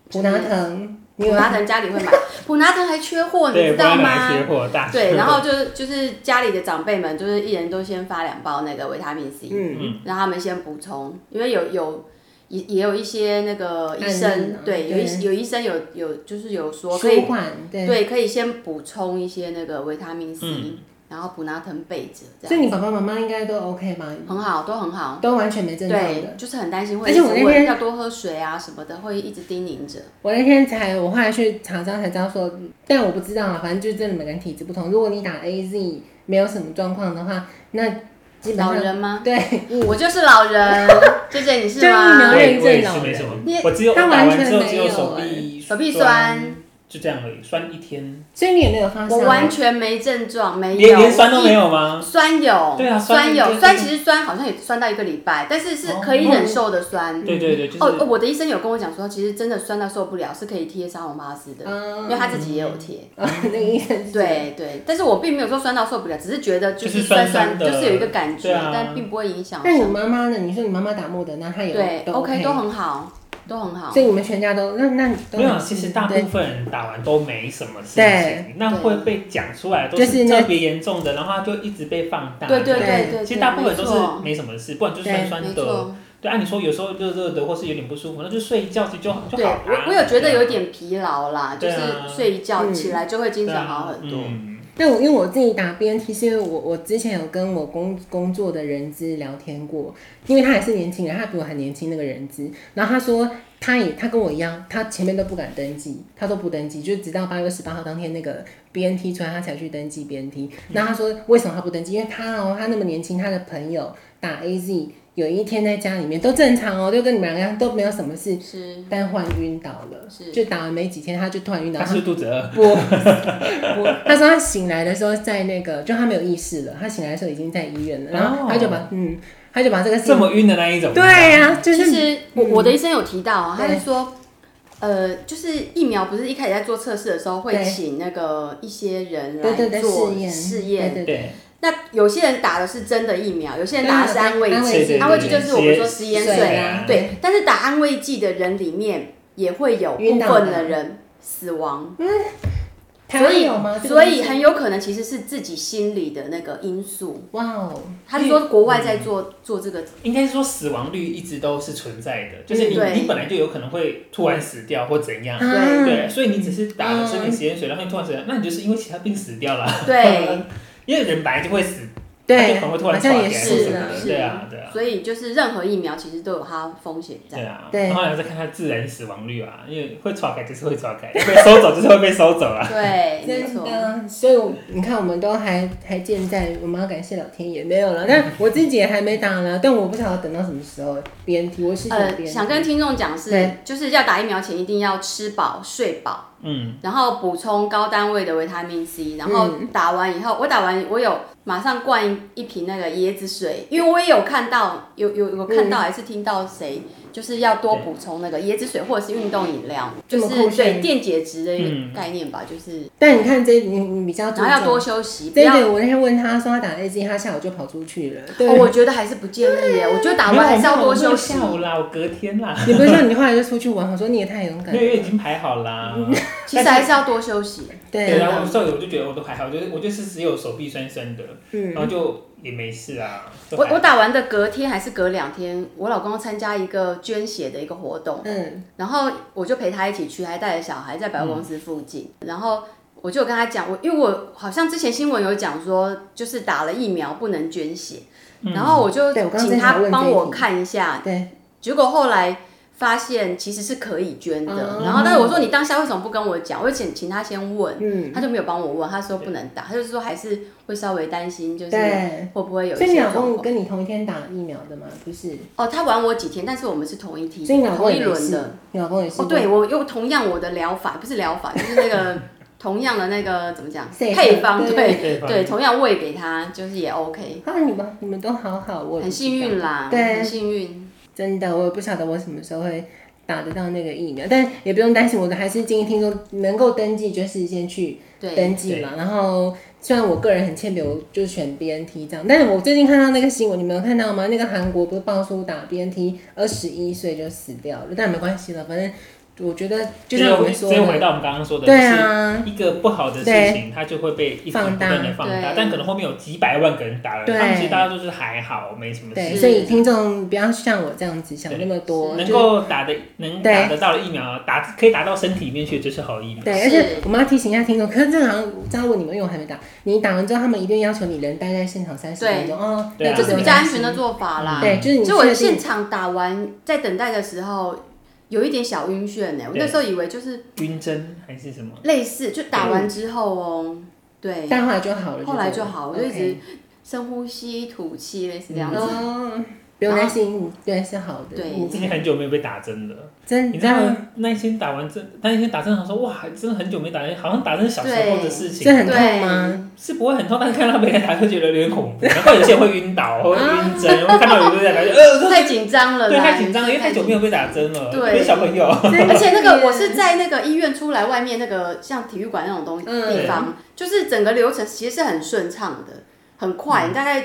Speaker 1: 普拿疼，你
Speaker 3: 普
Speaker 1: 有
Speaker 3: 拿疼家里会买，普拿疼还缺货，你
Speaker 2: 对，
Speaker 3: 知
Speaker 2: 不然拿
Speaker 3: 道吗？
Speaker 2: 来缺货啊大缺
Speaker 3: 对，
Speaker 2: 货
Speaker 3: 然后就是 就是家里的长辈们，就是一人都先发两包那个维他命 C，
Speaker 1: 嗯
Speaker 3: 让他们先补充，因为有有也也有一些那个医
Speaker 1: 案例
Speaker 3: 生
Speaker 1: 啊，
Speaker 3: 对，有
Speaker 1: 对
Speaker 3: 一有医生有有就是有说可
Speaker 1: 舒
Speaker 3: 以，
Speaker 1: 缓对。
Speaker 3: 对，可以先补充一些那个维他命 C，、然
Speaker 2: 嗯
Speaker 3: 后普拿疼备着，这
Speaker 1: 所以
Speaker 3: 样
Speaker 1: 你爸爸妈妈应该都 OK 吧？
Speaker 3: 很好，都很好。
Speaker 1: 都完全没症状的。
Speaker 3: 对，就是很担心会
Speaker 1: 而
Speaker 3: 一
Speaker 1: 且
Speaker 3: 直
Speaker 1: 我那
Speaker 3: 问
Speaker 1: 天
Speaker 3: 要多喝水啊什么的，会一直叮咛着。
Speaker 1: 我那天才，我后来去查资料才知道说，但我不知道啊，反正就是真的每个人体质不同。如果你打 A Z 没有什么状况的话，那基本
Speaker 3: 老
Speaker 1: 上
Speaker 3: 人吗？
Speaker 1: 对，
Speaker 3: 我就是老 人，姐姐你是
Speaker 1: 就疫苗
Speaker 3: 吗？
Speaker 2: 我也
Speaker 1: 认
Speaker 2: 我也
Speaker 1: 证
Speaker 2: 是
Speaker 1: 老
Speaker 2: 没什么
Speaker 3: 嗯
Speaker 1: 人，
Speaker 2: 我只有
Speaker 1: 他
Speaker 2: 打
Speaker 1: 完
Speaker 2: 完
Speaker 1: 全
Speaker 2: 之后只
Speaker 1: 没
Speaker 2: 有
Speaker 1: 有
Speaker 2: 手
Speaker 1: 欸
Speaker 2: 臂
Speaker 3: 手臂酸，
Speaker 2: 就这样而已，酸一天，
Speaker 1: 所以你也没有发烧，
Speaker 3: 我完全没症状，没有，
Speaker 2: 连连酸都没有吗？
Speaker 3: 酸有，
Speaker 2: 对啊
Speaker 3: 酸
Speaker 2: 酸
Speaker 3: 有，
Speaker 2: 就是
Speaker 3: 酸其实酸好像也酸到一个礼拜，但是是可以忍受的酸。
Speaker 2: 对对对，就是
Speaker 3: 哦，哦我的医生有跟我讲说，其实真的酸到受不了，是可以贴沙龙巴斯的，
Speaker 1: 嗯，
Speaker 3: 因为他自己也有贴。
Speaker 1: 啊， 那个医生是，
Speaker 3: 对对，但是我并没有说酸到受不了，只是觉得
Speaker 2: 嗯就是
Speaker 3: 酸
Speaker 2: 酸酸的
Speaker 3: 就是有一个感觉，
Speaker 2: 对啊
Speaker 3: 但并不会影响。
Speaker 1: 那你妈妈呢？你说你妈妈打莫德纳，她也
Speaker 3: 对
Speaker 1: 都
Speaker 3: OK 都很好，都很好
Speaker 1: 所。以你们全家都那那都
Speaker 2: 没有，啊
Speaker 1: 很
Speaker 2: 其实
Speaker 1: 幸
Speaker 2: 大
Speaker 1: 对
Speaker 2: 部分人打完都没什么事
Speaker 1: 对
Speaker 2: 情，那会被讲出来都
Speaker 1: 就是
Speaker 2: 是
Speaker 1: 那
Speaker 2: 特别严重的，然后他就一直被放大。
Speaker 3: 对对
Speaker 1: 对
Speaker 3: 对对，
Speaker 2: 其实大部分都
Speaker 3: 没错
Speaker 2: 是没什么事，不然就是
Speaker 1: 对
Speaker 2: 酸酸的。
Speaker 3: 没错。
Speaker 2: 对，按你说有时候热热的或是有点不舒服，那就睡一觉其实就就
Speaker 3: 对
Speaker 2: 好啊啦
Speaker 3: 我我有觉得有点疲劳啦，就
Speaker 2: 对
Speaker 3: 是
Speaker 2: 啊
Speaker 3: 睡一觉
Speaker 1: 嗯
Speaker 3: 起来就会精神好很多。
Speaker 2: 嗯
Speaker 1: 那我因为我自己打 BNT，是因为我我之前有跟我工工作的人资聊天过，因为他也是年轻人，他比我还年轻那个人资，然后他说他也他跟我一样，他前面都不敢登记，他都不登记，就直到八月十八号当天那个 BNT 出来，他才去登记 BNT。那他说为什么他不登记？因为他哦，他那么年轻，他的朋友打 AZ。有一天在家里面都正常哦，就跟你们两个一样都没有什么
Speaker 2: 嗯
Speaker 1: 事，
Speaker 3: 是
Speaker 1: 但换晕倒了，
Speaker 3: 是
Speaker 1: 就打完没几天他就突然晕倒，
Speaker 2: 他是不是肚子饿，
Speaker 1: 不不，他说他醒来的时候在那个，就他没有意识了，他醒来的时候已经在医院了，然后
Speaker 2: 哦
Speaker 1: 他就把、嗯，他就把这个事
Speaker 2: 这
Speaker 1: 情，
Speaker 2: 么晕的那一种。
Speaker 1: 对呀、 就
Speaker 3: 其
Speaker 1: 是嗯
Speaker 3: 实我我的医生有提到啊，
Speaker 1: 对
Speaker 3: 他是说，呃，就是疫苗不是一开始在做测试的时候会
Speaker 1: 对
Speaker 3: 请那个一些人
Speaker 1: 对对对
Speaker 3: 来做
Speaker 1: 试验
Speaker 3: 试验，
Speaker 1: 对
Speaker 2: 对
Speaker 3: 那有些人打的是真的疫苗，有些人打的是
Speaker 1: 对
Speaker 3: 安慰
Speaker 1: 安慰
Speaker 3: 剂，
Speaker 1: 剂
Speaker 3: 安慰剂就是我们说
Speaker 2: 食
Speaker 3: 食盐
Speaker 1: 水
Speaker 3: 水
Speaker 1: 啊
Speaker 3: 对，但是打安慰剂的人里面也会有部
Speaker 1: 晕倒
Speaker 3: 分
Speaker 1: 的
Speaker 3: 的人死亡，
Speaker 1: 台
Speaker 3: 所
Speaker 1: 湾
Speaker 3: 以
Speaker 1: 有吗？这个
Speaker 3: 所
Speaker 1: 东西
Speaker 3: 以很有可能其实是自己心理的那个因素。
Speaker 1: 哇哦，
Speaker 3: 他是说国外在做做这个
Speaker 2: 应该是说死亡率一直都是存在的，就是你
Speaker 3: 嗯对嗯
Speaker 2: 你本来就有可能会突然死掉或怎样，
Speaker 1: 啊
Speaker 2: 对，所以你只是打了生命实验水，然后你突然死掉，那你就是因为其他病死掉了，
Speaker 3: 对，
Speaker 2: 因为人本来就会死，他就
Speaker 1: 对，
Speaker 2: 可能会突
Speaker 1: 好
Speaker 2: 然
Speaker 1: 像
Speaker 2: 垮
Speaker 1: 也
Speaker 2: 掉或
Speaker 1: 是
Speaker 2: 什么
Speaker 1: 呢
Speaker 2: 的，
Speaker 3: 是
Speaker 2: 对啊，对啊。
Speaker 3: 所以就是任何疫苗其实都有它风险在
Speaker 2: 对。啊，
Speaker 1: 对
Speaker 2: 然后还要再看它自然死亡率啊，因为会垮开就是会垮开，被收走就是会被收走啊。
Speaker 3: 对，没
Speaker 1: 真
Speaker 3: 错。
Speaker 1: 的，所以我你看，我们都还还健在，我们要感谢老天爷没有了。但我自己也还没打呢，但我不晓得等到什么时候 BNT，我是想 BNT，、
Speaker 3: 呃，想跟听众讲是
Speaker 1: 对，
Speaker 3: 就是要打疫苗前一定要吃饱睡饱，
Speaker 2: 嗯，
Speaker 3: 然后补充高单位的维他命 C，然后
Speaker 1: 嗯
Speaker 3: 打完以后，我打完我有马上灌一瓶那个椰子水，因为我也有看到有有
Speaker 1: 嗯
Speaker 3: 有看到还是听到谁。就是要多补充那个椰子水或者是运动饮料，
Speaker 1: 这
Speaker 3: 就
Speaker 1: 么
Speaker 3: 是
Speaker 1: 酷炫
Speaker 3: 对电解质的一个
Speaker 2: 嗯
Speaker 3: 概念吧，就是
Speaker 1: 但你看这你你比较注
Speaker 3: 然后要
Speaker 1: 重
Speaker 3: 多休息，不
Speaker 1: 这一
Speaker 3: 要
Speaker 1: 点，我那天问他说他打 A Z，他下午就跑出去了。对，啊
Speaker 3: 哦，我觉得还是不建议耶，我觉得打
Speaker 2: 没
Speaker 3: 完
Speaker 2: 有
Speaker 3: 还是要多休息
Speaker 2: 下。午啦，我隔天啦，
Speaker 1: 你不是说你后来就出去玩？我说你也太勇敢
Speaker 2: 因为已
Speaker 1: 了。
Speaker 2: 经排好啦。
Speaker 3: 其实还是要多休息。
Speaker 2: 对
Speaker 1: 对，
Speaker 2: 啊，我所以我就觉得我都还好，就是我就是只有手臂酸酸的，然后就也没事啊。就
Speaker 3: 我
Speaker 2: 还好
Speaker 3: 我打完的隔天还是隔两天，我老公要参加一个捐血的一个活动，
Speaker 1: 嗯，嗯
Speaker 3: 然后我就陪他一起去，还带着小孩在百货公司附近。然后我就有跟他讲，我因为我好像之前新闻有讲说，就是打了疫苗不能捐血，
Speaker 2: 嗯
Speaker 3: 然后我就
Speaker 1: 对我刚刚
Speaker 3: 请
Speaker 1: 正想
Speaker 3: 他
Speaker 1: 问
Speaker 3: 帮
Speaker 1: 这一
Speaker 3: 我
Speaker 1: 题
Speaker 3: 看一下，
Speaker 1: 对，
Speaker 3: 结果后来发现其实是可以捐的
Speaker 1: 哦，
Speaker 3: 然后但是我说你当下为什么不跟我讲？我就请请他先问，
Speaker 1: 嗯，
Speaker 3: 他就没有帮我问，他说不能打，他就说还是会稍微担心，就是
Speaker 1: 对
Speaker 3: 会不会有一
Speaker 1: 所以你
Speaker 3: 些
Speaker 1: 老
Speaker 3: 状
Speaker 1: 公
Speaker 3: 况。
Speaker 1: 跟你同一天打疫苗的吗？不是，
Speaker 3: 哦，他晚我几天，但是我们是同一梯，
Speaker 1: 所以你老公
Speaker 3: 同一
Speaker 1: 也
Speaker 3: 轮
Speaker 1: 是
Speaker 3: 的。，
Speaker 1: 你老公也是
Speaker 3: 哦，对，我用同样我的疗法，不是疗法，就是那 个同样的那个怎么讲
Speaker 1: 配方
Speaker 3: 配方，
Speaker 1: 对
Speaker 3: 对
Speaker 2: 对
Speaker 3: 对，同样喂给他，就是也 OK，
Speaker 1: 啊，你们你们都好好，我也
Speaker 3: 很
Speaker 1: 不知
Speaker 3: 幸
Speaker 1: 道
Speaker 3: 运啦，
Speaker 1: 对
Speaker 3: 很幸运。
Speaker 1: 真的，我也不晓得我什么时候会打得到那个疫苗，但也不用担心，我的还是建议听众能够登记，就是先去
Speaker 3: 对，
Speaker 1: 登记嘛。然后虽然我个人很欠扁，我就选 BNT 这样，但是我最近看到那个新闻，你们有看到吗？那个韩国不是爆出打 BNT 二十一岁就死掉了，但没关系了，反正我觉得就像我们说
Speaker 2: 所以回
Speaker 1: 的，
Speaker 2: 到我们刚刚说的，
Speaker 1: 对，啊，
Speaker 2: 一个不好的事情，它就会被一直不
Speaker 1: 放大
Speaker 2: 断的放大，
Speaker 3: 对
Speaker 2: 但可能后面有几百万个人打了，
Speaker 1: 对
Speaker 2: 他们其实大家就是还好，没什么
Speaker 1: 对，
Speaker 2: 事。
Speaker 1: 所以听众不要像我这样子想那么多，
Speaker 2: 能
Speaker 1: 就
Speaker 2: 够打的能
Speaker 1: 对
Speaker 2: 打得到的疫苗，打可以打到身体里面去，就是好疫苗。
Speaker 1: 对，
Speaker 3: 是
Speaker 1: 而且我们要提醒一下听众，可是这个好像我这样问你们，因为我还没打。你打完之后，他们一定要求你人待在现场三十分钟哦，
Speaker 2: 对
Speaker 1: 那
Speaker 2: 啊
Speaker 3: 这
Speaker 1: 就是
Speaker 3: 比较安全的做法啦。
Speaker 1: 对，嗯就是你
Speaker 3: 就我
Speaker 1: 确
Speaker 3: 现
Speaker 1: 定
Speaker 3: 场打完，在等待的时候有一点小晕眩欸呢，我
Speaker 2: 对
Speaker 3: 那时候以为就是
Speaker 2: 晕针还是什么？
Speaker 3: 类似，就打
Speaker 1: 嗯
Speaker 3: 完之后哦，对，
Speaker 1: 待会儿就好了，
Speaker 3: 后来就好，我就一直
Speaker 1: OK
Speaker 3: 深呼吸吐气，类似这样子。
Speaker 1: 哦，不用担心，对，是好的，
Speaker 3: 对
Speaker 2: 我
Speaker 1: 你
Speaker 2: 已经很久没有被打针了。
Speaker 1: 真
Speaker 2: 你知道
Speaker 1: 的，
Speaker 2: 那一天打完针，那一天打针，好像说哇，真的很久没打针，好像打针是小时候的事情
Speaker 1: 这。很
Speaker 3: 对
Speaker 1: 痛吗？
Speaker 2: 是不会很痛，但是看到别人打就觉得有点 恐怖，然后有些人会晕倒，会晕针，会看到有人在打就 呃，
Speaker 3: 太紧张了
Speaker 2: 对，
Speaker 3: 啦，
Speaker 2: 太紧张了，因为太久没有被打针了，特别是小朋友，
Speaker 3: 而且那个我是在那个医院出来外面那个像体育馆那种东西
Speaker 1: 嗯
Speaker 3: 地方，就是整个流程其实是很顺畅的，很快，
Speaker 2: 嗯
Speaker 3: 你大概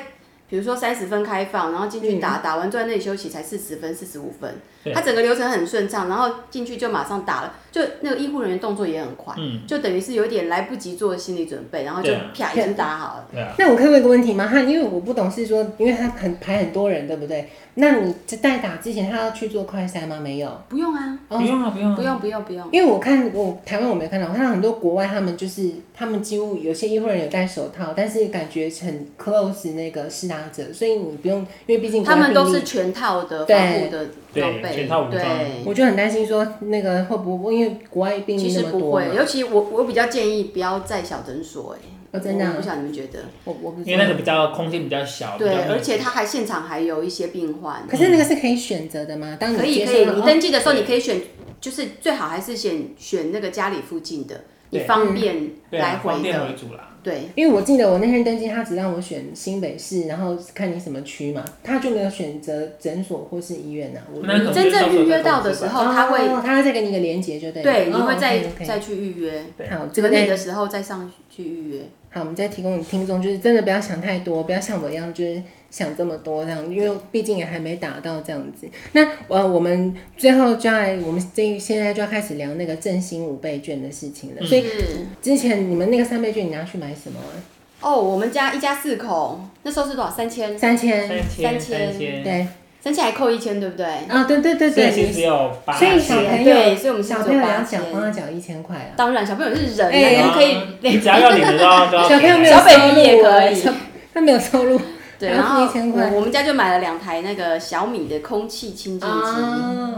Speaker 3: 比如说三十分开放，然后进去打，打完坐在那里休息才四十分、四十五分，
Speaker 2: 对
Speaker 3: 它整个流程很顺畅，然后进去就马上打了，就那个医护人员动作也很快，
Speaker 2: 嗯，
Speaker 3: 就等于是有点来不及做心理准备，然后就
Speaker 2: 对啊
Speaker 3: 啪一声打好了。
Speaker 2: 对啊，
Speaker 1: 那我可以问一个问题吗？他因为我不懂是说，因为他很排很多人，对不对？那你在打之前，他要去做快筛吗？没有，
Speaker 3: 不用啊，
Speaker 1: 哦
Speaker 2: 不用了，不用
Speaker 3: 不
Speaker 2: 了，
Speaker 3: 用不用不用，
Speaker 1: 因为我看我台湾我没有看到，我看到很多国外他们就是他们几乎有些医护人员有戴手套，但是感觉很 close 那个施打者，所以你不用，因为毕竟
Speaker 3: 他们都
Speaker 1: 国外
Speaker 3: 是
Speaker 1: 病例。
Speaker 3: 全套的
Speaker 1: 对
Speaker 3: 防护的装
Speaker 2: 对
Speaker 3: 备，
Speaker 2: 全套武装
Speaker 3: 对
Speaker 1: 我就很担心说那个会不会因为国外病
Speaker 3: 其
Speaker 1: 例
Speaker 3: 实
Speaker 1: 那么
Speaker 3: 不
Speaker 1: 多嘛，
Speaker 3: 会，尤其我我比较建议不要在小诊所、欸，
Speaker 1: 哦真的啊
Speaker 3: 我不晓得你们觉得，
Speaker 1: 我我不知
Speaker 2: 因为那
Speaker 1: 道。
Speaker 2: 个比较空间比较小，比较
Speaker 3: 对，
Speaker 2: 密
Speaker 3: 而且他还现场还有一些病患，
Speaker 1: 可是那个是可以选择的吗？当你
Speaker 3: 可以
Speaker 1: 接
Speaker 3: 可以，
Speaker 1: 受了
Speaker 3: 你
Speaker 1: 哦
Speaker 3: 登记的时候你可以选，就是最好还是选选那个家里附近的，你
Speaker 2: 对
Speaker 1: 嗯
Speaker 3: 方便
Speaker 2: 对
Speaker 3: 来
Speaker 2: 啊，
Speaker 3: 回
Speaker 2: 方便
Speaker 3: 的，
Speaker 2: 为主啦，
Speaker 3: 对，
Speaker 1: 因为我记得我那天登记，他只让我选新北市，然后看你什么区嘛，他就没有选择诊所或是医院呐、我
Speaker 2: 那可能
Speaker 3: 真正预约
Speaker 2: 就到
Speaker 3: 到
Speaker 2: 时候再通知
Speaker 3: 的时
Speaker 2: 吧
Speaker 3: 候，他会
Speaker 1: 哦他会再给你一个连接，就对了。
Speaker 3: 对，你
Speaker 1: 哦
Speaker 3: 会再
Speaker 1: OK，OK
Speaker 3: 再去预约，
Speaker 2: 对
Speaker 1: 好，这
Speaker 3: 合
Speaker 1: 个
Speaker 3: 理
Speaker 1: 在
Speaker 3: 的时候再上去预约，
Speaker 1: 好，我们再提供给听众，就是真的不要想太多，不要像我一样，就是想这么多这样，因为毕竟也还没打到这样子。那呃，我们最后就要来，我们这现在就要开始聊那个振兴五倍券的事情了。
Speaker 2: 嗯
Speaker 3: 嗯
Speaker 1: 所以
Speaker 3: 是。
Speaker 1: 之前你们那个三倍券，你拿去买什么啊？
Speaker 3: 哦，我们家一家四口，那时候是多少？三千，
Speaker 1: 三千，
Speaker 2: 三
Speaker 3: 三
Speaker 2: 千
Speaker 3: 千
Speaker 2: 三千，
Speaker 1: 对，
Speaker 3: 三千还扣一千，对不对？
Speaker 1: 啊，对对对
Speaker 2: 所以
Speaker 1: 对，
Speaker 2: 其实
Speaker 1: 你
Speaker 2: 只有八
Speaker 1: 所以
Speaker 2: 千，
Speaker 1: 小朋友，
Speaker 3: 对所以我们是
Speaker 1: 小
Speaker 3: 只
Speaker 1: 朋
Speaker 3: 有
Speaker 1: 友也要
Speaker 3: 8000
Speaker 1: 缴，帮他缴一千块啊。
Speaker 3: 当然，小朋友是人，啊
Speaker 1: 哎
Speaker 3: 他不可以
Speaker 2: 啊你只要要领得到就要
Speaker 1: 小朋友没
Speaker 2: 给
Speaker 1: 有
Speaker 3: 小
Speaker 1: 收入啊，
Speaker 3: baby 也可以
Speaker 1: 小 他没有收入，
Speaker 3: 对，
Speaker 1: 还
Speaker 3: 然
Speaker 1: 要付
Speaker 3: 后
Speaker 1: 一千块
Speaker 3: 我我们家就买了两台那个小米的空气清净机，
Speaker 1: 啊，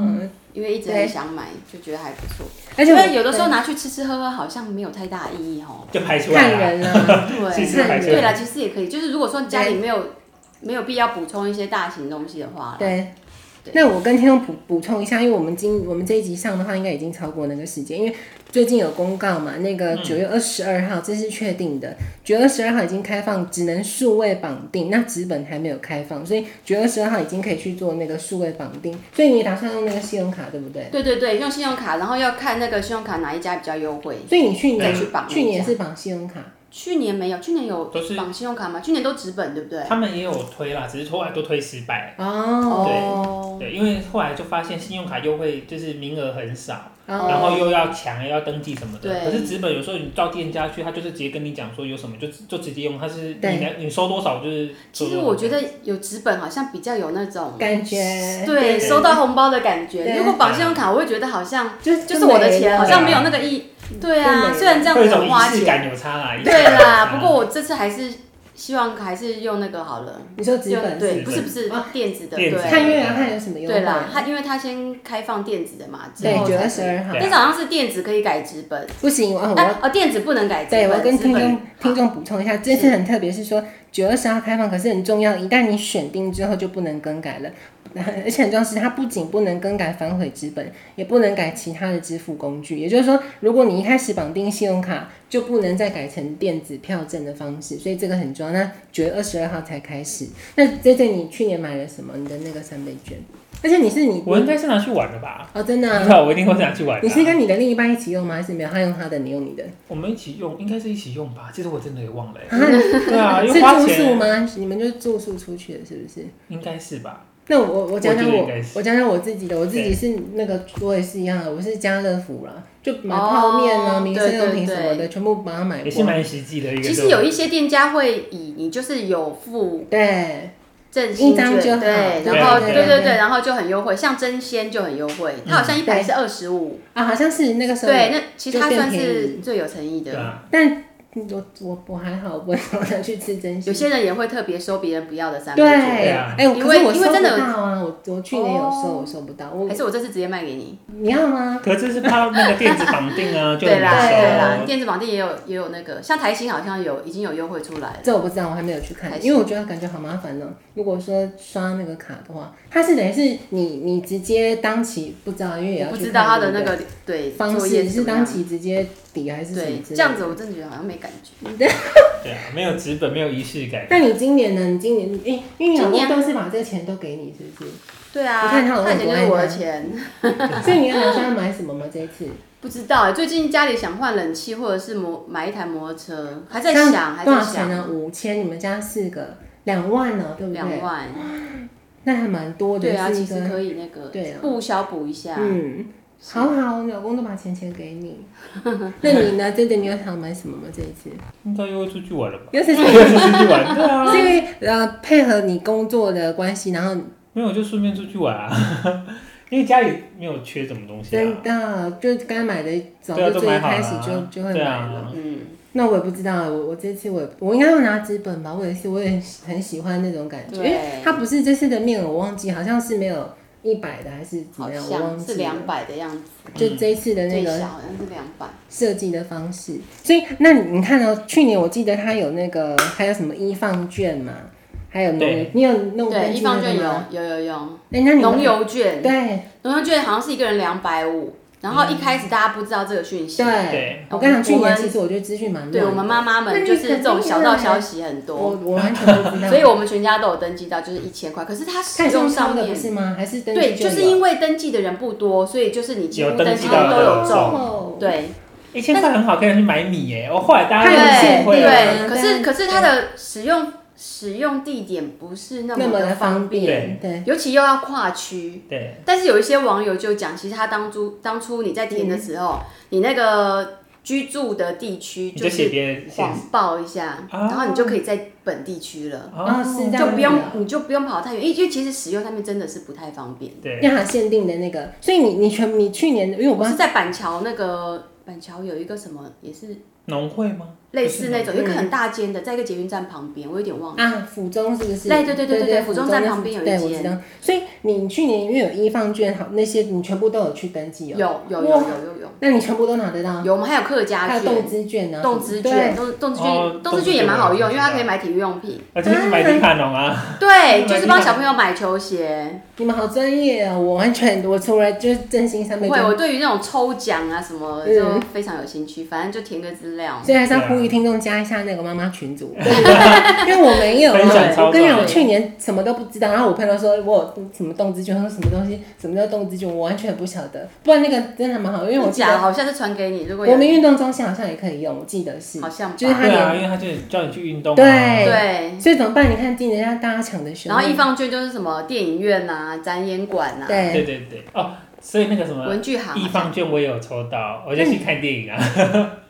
Speaker 3: 因为一直很想买，就觉得还不错。
Speaker 1: 而且
Speaker 3: 哦因
Speaker 1: 我
Speaker 3: 为有的时候拿去吃吃喝喝，好像没有太大意 义哦。
Speaker 2: 就排出来
Speaker 1: 看
Speaker 2: 了，
Speaker 1: 人啊，
Speaker 2: 其
Speaker 3: 对，
Speaker 2: 实排出
Speaker 3: 对啦，
Speaker 2: 来，
Speaker 3: 其实也可以，就是如果说家里没有没有必要补充一些大型东西的话，
Speaker 1: 对
Speaker 3: 对。
Speaker 1: 那我跟听众补补充一下，因为我们今我们这一集上的话，应该已经超过那个时间，因为最近有公告嘛，那
Speaker 3: 嗯
Speaker 1: 个九月二十二号、这是确定的，九月二十二号已经开放，只能数位绑定，那纸本还没有开放，所以九月二十二号已经可以去做那个数位绑定，所以你打算用那个信用卡对不对？
Speaker 3: 对对对，用信用卡，然后要看那个信用卡哪一家比较优惠。
Speaker 1: 所以你去
Speaker 3: 再
Speaker 1: 年
Speaker 3: 去绑
Speaker 1: 去
Speaker 3: 一
Speaker 1: 年
Speaker 3: 下
Speaker 1: 是绑信用卡，
Speaker 3: 去年没有，去年有
Speaker 2: 都是
Speaker 3: 绑信用卡吗？去年都纸本，对不对？
Speaker 2: 他们也有推啦，只是后来都推失败。
Speaker 1: 哦，
Speaker 2: 对，因为后来就发现信用卡优惠就是名额很少，
Speaker 1: 哦
Speaker 2: 然后又要抢，又要登记什么的。
Speaker 3: 对
Speaker 2: 可是纸本有时候你到店家去，他就是直接跟你讲说有什么就就直接用，他是你
Speaker 1: 对
Speaker 2: 来你收多少就是收多
Speaker 3: 其
Speaker 2: 少。
Speaker 3: 实我觉得有纸本好像比较有那种
Speaker 1: 感觉
Speaker 3: 对，收到红包的感觉。
Speaker 1: 对
Speaker 3: 如果绑信用卡，我会觉得好像
Speaker 1: 就是嗯
Speaker 3: 就是我的钱，好像没有
Speaker 2: 对啊
Speaker 3: 那个意，对
Speaker 1: 真
Speaker 3: 啊，
Speaker 1: 的
Speaker 3: 虽然这样
Speaker 2: 会有一
Speaker 3: 子
Speaker 2: 种
Speaker 3: 很花
Speaker 2: 仪式
Speaker 3: 钱，
Speaker 2: 感有差啦。仪啊式
Speaker 3: 对
Speaker 2: 感有
Speaker 3: 啦。
Speaker 2: 差
Speaker 3: 不过我这次还是希望还是用那个好了，
Speaker 1: 你说纸
Speaker 3: 用
Speaker 1: 本
Speaker 3: 对，
Speaker 1: 是
Speaker 3: 不是不是
Speaker 1: 啊
Speaker 3: 电子的，
Speaker 2: 电子
Speaker 3: 对
Speaker 2: 的
Speaker 1: 看月亮看有什么优惠？
Speaker 3: 对啦。它因为它先开放电子的嘛，之
Speaker 1: 对，
Speaker 3: 后
Speaker 1: 九月
Speaker 3: 才
Speaker 1: 十二号
Speaker 2: 对
Speaker 3: 但是好像是电子可以改纸本，
Speaker 1: 不行，我我
Speaker 3: 啊哦，电子不能改纸
Speaker 1: 对，
Speaker 3: 本，
Speaker 1: 我跟
Speaker 3: 纸
Speaker 1: 听
Speaker 3: 本
Speaker 1: 众听众补充一下，这次很特别，是说九月十号开放，可是很重要，一旦你选定之后就不能更改了。 而且很重要的是，它不仅不能更改反悔资本，也不能改其他的支付工具。也就是说，如果你一开始绑定信用卡，就不能再改成电子票证的方式。所以这个很重要。那九月二十二号才开始。那 J J，你去年买了什么？你的那个三倍券，而且你是你
Speaker 2: 我应该是拿去玩的吧？
Speaker 1: 哦，真的
Speaker 2: 不
Speaker 1: 啊、
Speaker 2: 知道，我一定会拿去玩的啊。
Speaker 1: 你是跟你的另一半一起用吗？还是没有？他用他的，你用你的？
Speaker 2: 我们一起用，应该是一起用吧？其实我真的也忘了 欸。
Speaker 1: 啊
Speaker 2: 对啊，因
Speaker 1: 是
Speaker 2: 为花
Speaker 1: 住宿
Speaker 2: 钱
Speaker 1: 吗？你们就住宿出去了，是不是？
Speaker 2: 应该是吧？
Speaker 1: 那我我我讲讲
Speaker 2: 我觉得
Speaker 1: 我
Speaker 2: 应该是
Speaker 1: 我讲讲我自己的，我自己
Speaker 2: 对
Speaker 1: 是那个我也是一样的，我是家乐福啦，就买泡面啊、
Speaker 3: 哦
Speaker 1: 民生用品
Speaker 3: 对对
Speaker 1: 什么的，全部把它买
Speaker 2: 也是
Speaker 1: 光。
Speaker 2: 蛮实际的一个。
Speaker 3: 哎其实有一些店家会以你就是有付
Speaker 1: 对，
Speaker 3: 振兴
Speaker 1: 一张就好
Speaker 3: 券，对，
Speaker 2: 对
Speaker 3: 然后
Speaker 2: 对
Speaker 3: 对
Speaker 1: 对
Speaker 3: 对
Speaker 1: 对
Speaker 3: 对，然后就很优惠，像真鲜就很优惠，它好像
Speaker 1: 嗯
Speaker 3: 一
Speaker 1: 对
Speaker 3: 排是二十五，
Speaker 1: 啊，好像是那个时候，
Speaker 3: 对，那其实它
Speaker 1: 就变
Speaker 3: 算
Speaker 1: 便
Speaker 3: 是最有诚意
Speaker 2: 对
Speaker 3: 的。
Speaker 2: 啊，
Speaker 1: 但嗯我我我还好，我好想去吃真
Speaker 3: 有
Speaker 1: 心。
Speaker 3: 些人也会特别收别人不要的三倍
Speaker 1: 对，
Speaker 3: 券，
Speaker 2: 啊
Speaker 1: 哎，可
Speaker 3: 因
Speaker 1: 是
Speaker 3: 为
Speaker 1: 我收
Speaker 3: 因为
Speaker 1: 不
Speaker 3: 真的有
Speaker 1: 到啊，我我去年有收，
Speaker 3: 哦
Speaker 1: 我收不到，我
Speaker 3: 还是我这次直接卖给你？
Speaker 1: 你要吗？
Speaker 2: 可这是怕那个电子绑 定啊，就
Speaker 3: 对
Speaker 2: 很
Speaker 3: 啦
Speaker 2: 难
Speaker 1: 对
Speaker 3: 对
Speaker 2: 收
Speaker 3: 啦，。电子绑定也有也有那个，像台新好像有已经有优惠出来了，
Speaker 1: 这我不知道，我还没有去看
Speaker 3: 还，是
Speaker 1: 因为我觉得感觉好麻烦呢、如果说刷那个卡的话，它是等于是你你直接当期不知道，因为也要
Speaker 3: 我不
Speaker 1: 去
Speaker 3: 知道
Speaker 1: 看
Speaker 3: 它的那
Speaker 1: 对不对
Speaker 3: 个对
Speaker 1: 方
Speaker 3: 作
Speaker 1: 式
Speaker 3: 业怎
Speaker 1: 是
Speaker 3: 么
Speaker 1: 当
Speaker 3: 样。
Speaker 1: 期直接抵还是什么
Speaker 3: 对，
Speaker 1: 之类
Speaker 3: 这
Speaker 1: 的
Speaker 3: 样子我真的觉得好像没感觉。
Speaker 2: 对啊，没有纸本，没有仪式感。
Speaker 1: 那你今年呢？你今年哎、因为你老公
Speaker 3: 今年
Speaker 1: 都是把这个钱都给你，是不是？
Speaker 3: 对啊，
Speaker 1: 你看他好像
Speaker 3: 以前就是
Speaker 1: 很不
Speaker 3: 我
Speaker 1: 爱
Speaker 3: 的
Speaker 1: 他
Speaker 3: 钱。
Speaker 1: 所以你要打算买什么吗？这一次
Speaker 3: 不知道欸最近家里想换冷气，或者是摩买一台摩托车，还在
Speaker 1: 这
Speaker 3: 想，
Speaker 1: 样
Speaker 3: 还
Speaker 1: 多
Speaker 3: 在
Speaker 1: 少钱
Speaker 3: 想。
Speaker 1: 呢？五千，你们家四个两万呢、对不
Speaker 3: 两
Speaker 1: 对？
Speaker 3: 万，
Speaker 1: 那还蛮多的，
Speaker 3: 对啊，
Speaker 1: 是
Speaker 3: 其
Speaker 1: 一个
Speaker 3: 实可以那个
Speaker 1: 对啊
Speaker 3: 不小补一下。
Speaker 1: 嗯，好好，你老公都把钱钱给你。那你 呢？真的你有想买什么吗？这一次
Speaker 2: 应该又会出去玩了吧？
Speaker 1: 嗯又是
Speaker 2: 又是啊出去玩，对 啊，
Speaker 1: 是因为呃配合你工作的关系，然后
Speaker 2: 没有就顺便出去玩啊， 因为家里没有缺什么东西啊
Speaker 1: 真。的就该买的早
Speaker 2: 对啊
Speaker 1: 就
Speaker 2: 都
Speaker 1: 最
Speaker 2: 买
Speaker 1: 一
Speaker 2: 好了
Speaker 1: 开
Speaker 2: 啊
Speaker 1: 始就就会
Speaker 2: 对
Speaker 1: 买
Speaker 2: 啊
Speaker 1: 了。
Speaker 3: 嗯，
Speaker 1: 那我也不知道，我我这次我也我应该要拿纸本吧，我也是，我也很喜欢那种感觉，因
Speaker 3: 对
Speaker 1: 为它不是这次的面额我忘记，好像是没有一百的还是怎
Speaker 3: 好
Speaker 1: 么样，我忘
Speaker 3: 像是
Speaker 1: 记了
Speaker 3: 两。百的样子，
Speaker 1: 就这一次的那
Speaker 3: 最
Speaker 1: 个
Speaker 3: 小好像是两百。
Speaker 1: 设计的方式，所以那你看哦，去年我记得它有那个还有什么一放券嘛，还有农
Speaker 2: 对
Speaker 1: 你有弄
Speaker 3: 对，
Speaker 1: 登
Speaker 3: 一
Speaker 1: 记
Speaker 3: 方
Speaker 1: 那
Speaker 3: 券
Speaker 1: 个
Speaker 3: 有
Speaker 1: 吗？
Speaker 3: 有有有，
Speaker 1: 哎，那你
Speaker 3: 农
Speaker 1: 们哎
Speaker 3: 油券，
Speaker 1: 对
Speaker 3: 农油券好像是一个人两百五，然后一开始大家不知道这个讯息，
Speaker 1: 嗯对
Speaker 2: 对，
Speaker 1: 我跟你讲，去
Speaker 3: 我
Speaker 1: 年
Speaker 3: 们
Speaker 1: 其实我觉得资讯蛮
Speaker 3: 对我
Speaker 1: 乱
Speaker 3: 们
Speaker 1: 的，
Speaker 3: 妈妈
Speaker 1: 那
Speaker 3: 们
Speaker 1: 你
Speaker 3: 就是这
Speaker 1: 肯
Speaker 3: 种
Speaker 1: 定
Speaker 3: 小
Speaker 1: 的
Speaker 3: 道消息很
Speaker 1: 我
Speaker 3: 多，
Speaker 1: 我完全不知道，
Speaker 3: 所以我们全家都有登记到，就是一千块，可是它
Speaker 1: 它
Speaker 3: 使
Speaker 1: 也是
Speaker 3: 用
Speaker 1: 用
Speaker 3: 上
Speaker 1: 烧的不
Speaker 3: 面。
Speaker 1: 是吗？还是登记
Speaker 3: 对，就是
Speaker 1: 有
Speaker 3: 因为登记的人不多，所以就是你几乎
Speaker 2: 有登
Speaker 3: 登
Speaker 2: 记
Speaker 3: 记
Speaker 2: 到
Speaker 3: 都
Speaker 2: 的
Speaker 3: 有
Speaker 2: 人
Speaker 3: 中。
Speaker 1: 哦，
Speaker 3: 对
Speaker 2: 一千块很好，可以拿去买米耶。哦我后来大家
Speaker 1: 看
Speaker 2: 都
Speaker 1: 限
Speaker 2: 误
Speaker 1: 定
Speaker 2: 会了，
Speaker 1: 啊
Speaker 3: 对，可
Speaker 1: 对
Speaker 3: 是可是它的使用使用地点不是那
Speaker 1: 那
Speaker 3: 么
Speaker 1: 么的
Speaker 3: 的
Speaker 1: 方
Speaker 3: 方便，
Speaker 1: 便，对，
Speaker 3: 尤其又要跨区。
Speaker 2: 对，
Speaker 3: 但是有一些网友就讲，其实他当初当初你在填的时候，你那个居住的地区
Speaker 2: 你就是写别人写
Speaker 3: 谎报一下，
Speaker 2: 哦
Speaker 3: 然后你就可以在本地区了，
Speaker 1: 哦是这样
Speaker 3: 就不用
Speaker 1: 子啊
Speaker 3: 你就不用跑太远，因为因为其实使用上面真的是不太方便。
Speaker 2: 对，
Speaker 1: 让它限定的那个，所以你你全你去年因为我不
Speaker 3: 我
Speaker 1: 知
Speaker 3: 是
Speaker 1: 道
Speaker 3: 在板桥那个板桥有一个什么也是
Speaker 2: 农会吗？
Speaker 3: 类似那
Speaker 1: 不
Speaker 3: 种，
Speaker 1: 是
Speaker 3: 有一个很大间的，在一个捷运站旁边，我有点忘了。
Speaker 1: 啊，府中是不是？
Speaker 3: 对对对对对
Speaker 1: 对，
Speaker 3: 府中站旁边有一
Speaker 1: 对，我
Speaker 3: 间
Speaker 1: 知道。所以你去年因为有一放券好那些，你全部都有去登记
Speaker 3: 有
Speaker 1: 哦。
Speaker 3: 有有
Speaker 1: 哇
Speaker 3: 有有有
Speaker 1: 那你全部都拿得到，
Speaker 3: 有，我们还有客
Speaker 1: 还
Speaker 3: 家
Speaker 1: 有动
Speaker 3: 券、
Speaker 1: 资券啊，
Speaker 3: 动资
Speaker 1: 对
Speaker 3: 券、动动资
Speaker 2: 哦
Speaker 3: 券、动资券也蛮好用，因为它可以买体育用品，
Speaker 2: 而且是买迪卡侬啊，
Speaker 3: 对，就是帮小朋友买球鞋。
Speaker 1: 你们好专业啊！我完全，我除了就是真心三
Speaker 3: 不
Speaker 1: 倍
Speaker 3: 会，
Speaker 1: 券，
Speaker 3: 我对于那种抽奖啊什么
Speaker 1: 嗯
Speaker 3: 就非常有兴趣，反正就填个资料。
Speaker 1: 所以还是
Speaker 2: 啊
Speaker 1: 要呼吁听众加一下那个妈妈群 组，因为我没有啊。
Speaker 2: 分享
Speaker 1: 我
Speaker 2: 操作
Speaker 1: 跟你讲，我去年什么都不知道，然后我朋友说我有什么动资券，他说什么东西，什么叫动资券，我完全不晓得。不然那个真的还蛮好，因为我记
Speaker 3: 假的
Speaker 1: 得
Speaker 3: 好像是传给你，如果有
Speaker 1: 国民运动中心好像也可以用，我记得是
Speaker 3: 好。像吧
Speaker 1: 就是哎他
Speaker 2: 对啊，因为他就是叫你去运动啊，
Speaker 1: 对
Speaker 3: 对，
Speaker 1: 所以怎么办？你看今年大家抢的学，
Speaker 3: 然后一放券就是什么电影院啊、展演馆啊，
Speaker 1: 对
Speaker 2: 对对对，哦，所以那个什么
Speaker 3: 文具行啊
Speaker 2: 易
Speaker 3: 好像，
Speaker 2: 放券我也有抽到，我就去看电影啊。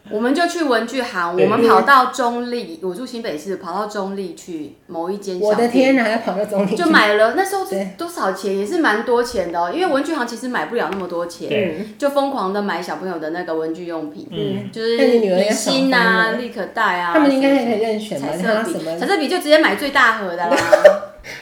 Speaker 3: 我们就去文具行，
Speaker 2: 对
Speaker 3: 我们跑到中立，我住新北市，跑到中立去某一间
Speaker 1: 我
Speaker 3: 小
Speaker 1: 的
Speaker 3: 店。
Speaker 1: 天哪，要跑到总理去
Speaker 3: 就买了，那时候是
Speaker 1: 对
Speaker 3: 多少钱？也是蛮多钱的、哦，因为文具行其实买不了那么多钱，
Speaker 2: 对，
Speaker 1: 嗯
Speaker 3: 就疯狂的买小朋友的那个文具用品，
Speaker 2: 嗯，
Speaker 3: 就是
Speaker 1: 但你女儿
Speaker 3: 笔
Speaker 1: 也爽
Speaker 3: 芯
Speaker 1: 翻
Speaker 3: 啊、
Speaker 1: 了
Speaker 3: 立可带啊，
Speaker 1: 他们应该
Speaker 3: 什么
Speaker 1: 还可以任选吧？
Speaker 3: 彩
Speaker 1: 他
Speaker 3: 色
Speaker 1: 什
Speaker 3: 笔，
Speaker 1: 么
Speaker 3: 彩，色笔就直接买最大盒 的啦，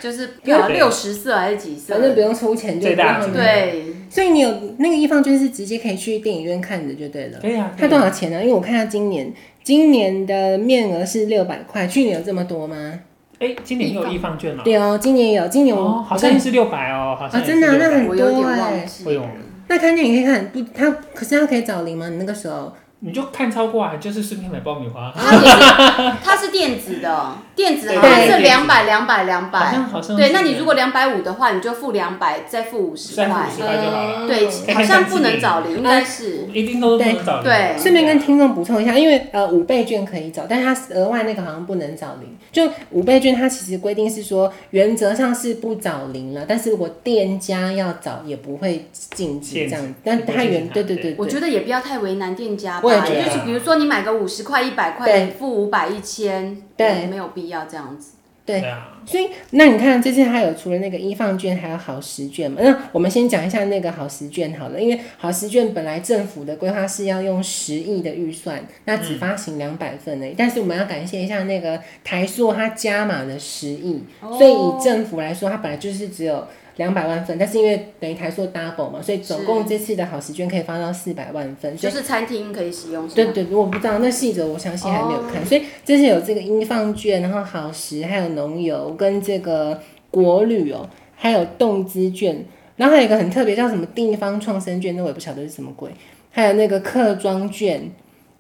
Speaker 3: 就是要
Speaker 2: 对
Speaker 3: 六十色还是几色？
Speaker 1: 反正不用出钱就
Speaker 2: 最大的
Speaker 1: 不用买
Speaker 3: 对，
Speaker 1: 所以你有那个一方券是直接可以去电影院看的就对了。
Speaker 2: 可以啊。
Speaker 1: 它多少钱呢、因为我看它今年今年的面额是六百块，去年有这么多吗？
Speaker 2: 哎，今年也有易放券了。
Speaker 1: 对哦，今年有，今年我、
Speaker 2: 哦，好像也是六百哦，好
Speaker 1: 啊，
Speaker 2: 像
Speaker 1: 真的啊、那很
Speaker 3: 我有
Speaker 1: 多
Speaker 3: 点
Speaker 1: 哎、
Speaker 3: 忘记
Speaker 2: 我有
Speaker 3: 了。
Speaker 1: 那看电影可以看不？它可是它可以找零吗？你那个时候
Speaker 2: 你就看超过啊，就是顺便买爆米花，
Speaker 3: 它也是，它是电子的，哦电子好像
Speaker 1: 对
Speaker 3: 是
Speaker 2: 电
Speaker 3: 两
Speaker 2: 子
Speaker 3: 百、两百、两
Speaker 2: 好像
Speaker 3: 百。
Speaker 2: 好像
Speaker 3: 对，
Speaker 2: 是
Speaker 3: 那你如果两百五的话，你就付两百，再付五十
Speaker 2: 再付
Speaker 3: 块
Speaker 2: 五。十块就好了，
Speaker 1: 哦
Speaker 3: 对
Speaker 2: 可以，
Speaker 3: 好
Speaker 2: 看
Speaker 3: 像
Speaker 2: 三
Speaker 3: 不
Speaker 2: 次
Speaker 3: 能
Speaker 2: 电
Speaker 3: 找零，应
Speaker 1: 嗯
Speaker 3: 该是
Speaker 2: 一定都不能找零。
Speaker 3: 对
Speaker 1: 顺便跟听众补充一下，因为呃五倍券可以找，但是它额外那个好像不能找零。就五倍券它其实规定是说，原则上是不找零了，但是如果店家要找也不会禁止
Speaker 2: 限
Speaker 1: 这样
Speaker 2: 制。
Speaker 1: 但
Speaker 2: 不会
Speaker 1: 它
Speaker 2: 禁止
Speaker 1: 原
Speaker 2: 它
Speaker 1: 对对
Speaker 2: 对
Speaker 1: 对
Speaker 3: 我
Speaker 1: 对，
Speaker 3: 觉得也不要太为难店家吧，
Speaker 1: 我也
Speaker 2: 觉得
Speaker 3: 就是比如说你买个五十块、一百块，
Speaker 1: 对
Speaker 3: 你付五百、一千，
Speaker 1: 对
Speaker 3: 没有必要这样子。
Speaker 1: 对
Speaker 2: 对啊，
Speaker 1: 所以那你看这次它有除了那个一放券，还有好时券嘛？那我们先讲一下那个好时券好了，因为好时券本来政府的规划是要用十亿的预算，那只发行两百份而已。但是我们要感谢一下那个台塑，它加码了十亿，所以以政府来说，它本来就是只有两百万份，但是因为等于台塑 double 嘛，所以总共这次的好时券可以发到四百万份，所
Speaker 3: 就
Speaker 1: 以。
Speaker 3: 是餐厅可以使用，是
Speaker 1: 对
Speaker 3: 吗？哦
Speaker 1: 对，我不知道那细则，我详细还没有看。所以这次有这个英放券，然后好时，还有农油跟这个国旅哦，还有动资券，然后还有一个很特别叫什么地方创生券，那我也不晓得是什么鬼。还有那个客庄券，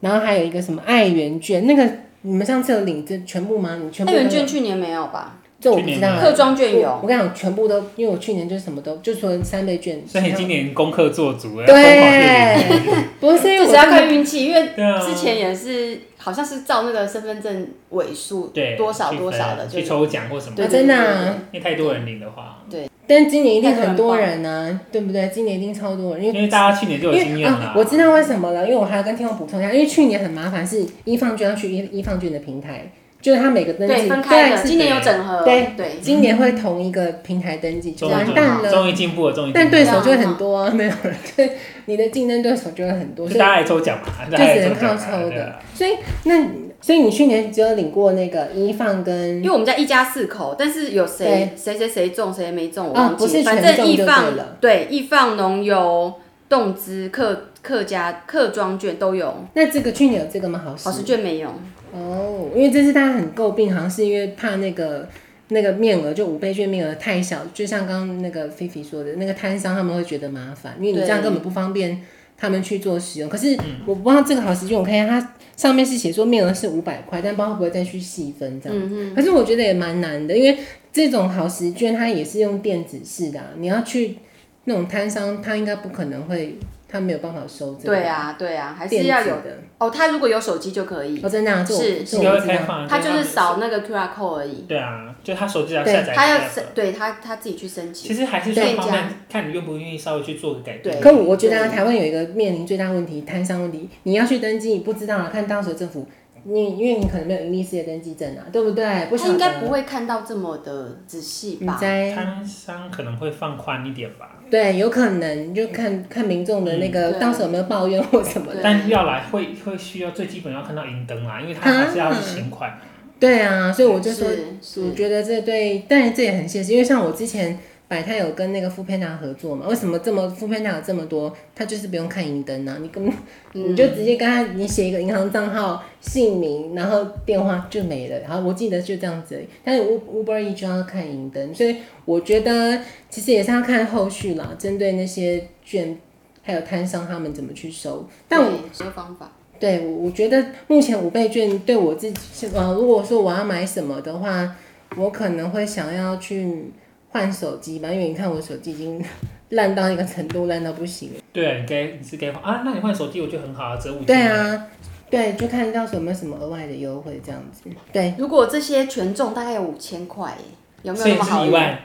Speaker 1: 然后还有一个什么爱媛券，那个你们上次有领这全部吗？你全部
Speaker 3: 那
Speaker 1: 都
Speaker 3: 元
Speaker 1: 有
Speaker 3: 券去年没有吧？
Speaker 1: 这我不知道啊。
Speaker 3: 嗯客庄券有
Speaker 1: 我，我跟你讲，全部都，因为我去年就什么都，就除了三倍券，
Speaker 2: 所以你今年功课做足了，疯狂去领。
Speaker 1: 对，不是因为
Speaker 3: 就
Speaker 1: 我
Speaker 3: 是要看运气，因为
Speaker 2: 对啊，
Speaker 3: 之前也是好像是照那个身份证尾数
Speaker 2: 对
Speaker 3: 多少
Speaker 2: 去
Speaker 3: 多少
Speaker 2: 分
Speaker 3: 的，就
Speaker 2: 去
Speaker 3: 是
Speaker 2: 抽奖或什么
Speaker 3: 对
Speaker 1: 啊
Speaker 2: 的，
Speaker 1: 真的啊
Speaker 3: 对对对
Speaker 2: 因为太多人领的话，
Speaker 1: 但今年一定很多人呢、对不对？今年一定超多人，因
Speaker 2: 因
Speaker 1: 为。
Speaker 2: 为大家去年就
Speaker 1: 因
Speaker 2: 有经
Speaker 1: 为
Speaker 2: 验了
Speaker 1: 啊，。我知道为什么了，因为我还要跟听众补充一下，因为去年很麻烦，是一放券要去一一放券的平台，就是它每个登
Speaker 3: 对
Speaker 1: 记
Speaker 3: 分开的，
Speaker 1: 对
Speaker 3: 今年有整合，
Speaker 1: 对
Speaker 3: 对，
Speaker 1: 今年会同一个平台登记，就
Speaker 2: 终于
Speaker 1: 完
Speaker 2: 进
Speaker 1: 蛋
Speaker 2: 步
Speaker 1: 了。
Speaker 2: 终于进步了，终于进步了。
Speaker 1: 但对手就会很多、啊，没有人，对你的竞争对手就会很 多，
Speaker 2: 就
Speaker 1: 所以
Speaker 2: 大家来抽奖嘛，
Speaker 1: 就
Speaker 2: 大家来
Speaker 1: 只能
Speaker 2: 抽奖
Speaker 1: 靠
Speaker 2: 嘛
Speaker 1: 抽
Speaker 2: 对
Speaker 1: 的
Speaker 2: 啊。
Speaker 1: 所以那所以你去年只有领过那个一放跟
Speaker 3: 因为我们家一家四口，但是有谁谁谁谁中谁没中，我
Speaker 1: 啊
Speaker 3: 忘
Speaker 1: 不是
Speaker 3: 记了，
Speaker 1: 全
Speaker 3: 反正
Speaker 1: 中
Speaker 3: 易
Speaker 1: 就
Speaker 3: 放
Speaker 1: 对了
Speaker 3: 对易放农油、动资、客客家客庄券都有，
Speaker 1: 那这个去年有这个吗？好事
Speaker 3: 好时券没有，
Speaker 1: 哦，因为这次大家很诟病，好像是因为怕那个那个面额就五倍券面额太小，就像刚刚那个菲菲说的，那个摊商他们会觉得麻烦，因为你这样
Speaker 3: 对
Speaker 1: 根本不方便他们去做使用。可是
Speaker 3: 嗯
Speaker 1: 我不知道这个好时券，我看一下它上面是写说面额是五百块，但不知道会不会再去细分这样。
Speaker 3: 嗯
Speaker 1: 可是我觉得也蛮难的，因为这种好时券它也是用电子式的、啊，你要去那种摊商，他应该不可能会，他没有办法收
Speaker 3: 哼，
Speaker 1: 这个。
Speaker 3: 对啊对啊，还
Speaker 1: 电
Speaker 3: 是
Speaker 1: 子
Speaker 3: 要有
Speaker 1: 的。
Speaker 3: 哦，他如果有手机就可以，
Speaker 1: 哦，真的、啊、这我
Speaker 3: 是
Speaker 1: 这
Speaker 2: 应
Speaker 1: 我不
Speaker 2: 该会
Speaker 1: 知
Speaker 2: 开
Speaker 1: 道。
Speaker 2: 放，啊
Speaker 3: 他就是扫那个 QR code 而已，
Speaker 2: 对啊，就他手机要
Speaker 1: 对
Speaker 2: 下载
Speaker 3: 他要
Speaker 2: app
Speaker 3: 申对他他自己去申请，
Speaker 2: 其实还是双方
Speaker 3: 店
Speaker 2: 面，看你愿不愿意稍微去做个改变。
Speaker 3: 对
Speaker 1: 可我觉得啊
Speaker 3: 对
Speaker 1: 台湾有一个面临最大问题，摊商问题。你要去登记，不知道啊，看到时候政府，你因为你可能没有盈利事业登记证啊，对不对？不
Speaker 3: 他
Speaker 1: 晓
Speaker 3: 应
Speaker 1: 得嗯
Speaker 3: 该不会看到这么的仔细
Speaker 1: 你
Speaker 3: 吧？
Speaker 1: 在
Speaker 2: 摊商可能会放宽一点吧，
Speaker 1: 对，有可能你就看看民众的那个
Speaker 3: 嗯
Speaker 1: 到时候有没有抱怨或什么的。
Speaker 3: 对
Speaker 2: 但要来会会需要最基本要看到银灯啊，因为他还是要去请款。
Speaker 1: 对啊，所以我就是说，我
Speaker 3: 是，
Speaker 1: 觉得这对，但是这也很现实，因为像我之前百泰有跟那个富片达合作嘛，为什么这么富片达有这么多，他就是不用看银灯啊，你根本你就直接跟他，你写一个银行账号、姓名，然后电话就没了。然后我记得就这样子而已。但是 U- Uber E 就要看银灯，所以我觉得其实也是要看后续啦，针对那些券还有摊商他们怎么去收。但我
Speaker 3: 对这个方法，
Speaker 1: 对我我觉得目前五倍券对我自己是呃，如果说我要买什么的话，我可能会想要去换手机吧，因为你看我手机已经烂到一个程度，烂到不行了。
Speaker 3: 嗯
Speaker 2: 对啊，你该你是该换啊，那你换手机我觉得很好啊，折五千。
Speaker 1: 对，啊，对，就看到时候有没有什么额外的优惠这样子。对，
Speaker 3: 如果这些权重大概有五千块耶，有没有
Speaker 2: 所以
Speaker 3: 那么
Speaker 2: 是
Speaker 3: 好
Speaker 2: 一
Speaker 3: 运？
Speaker 2: 万，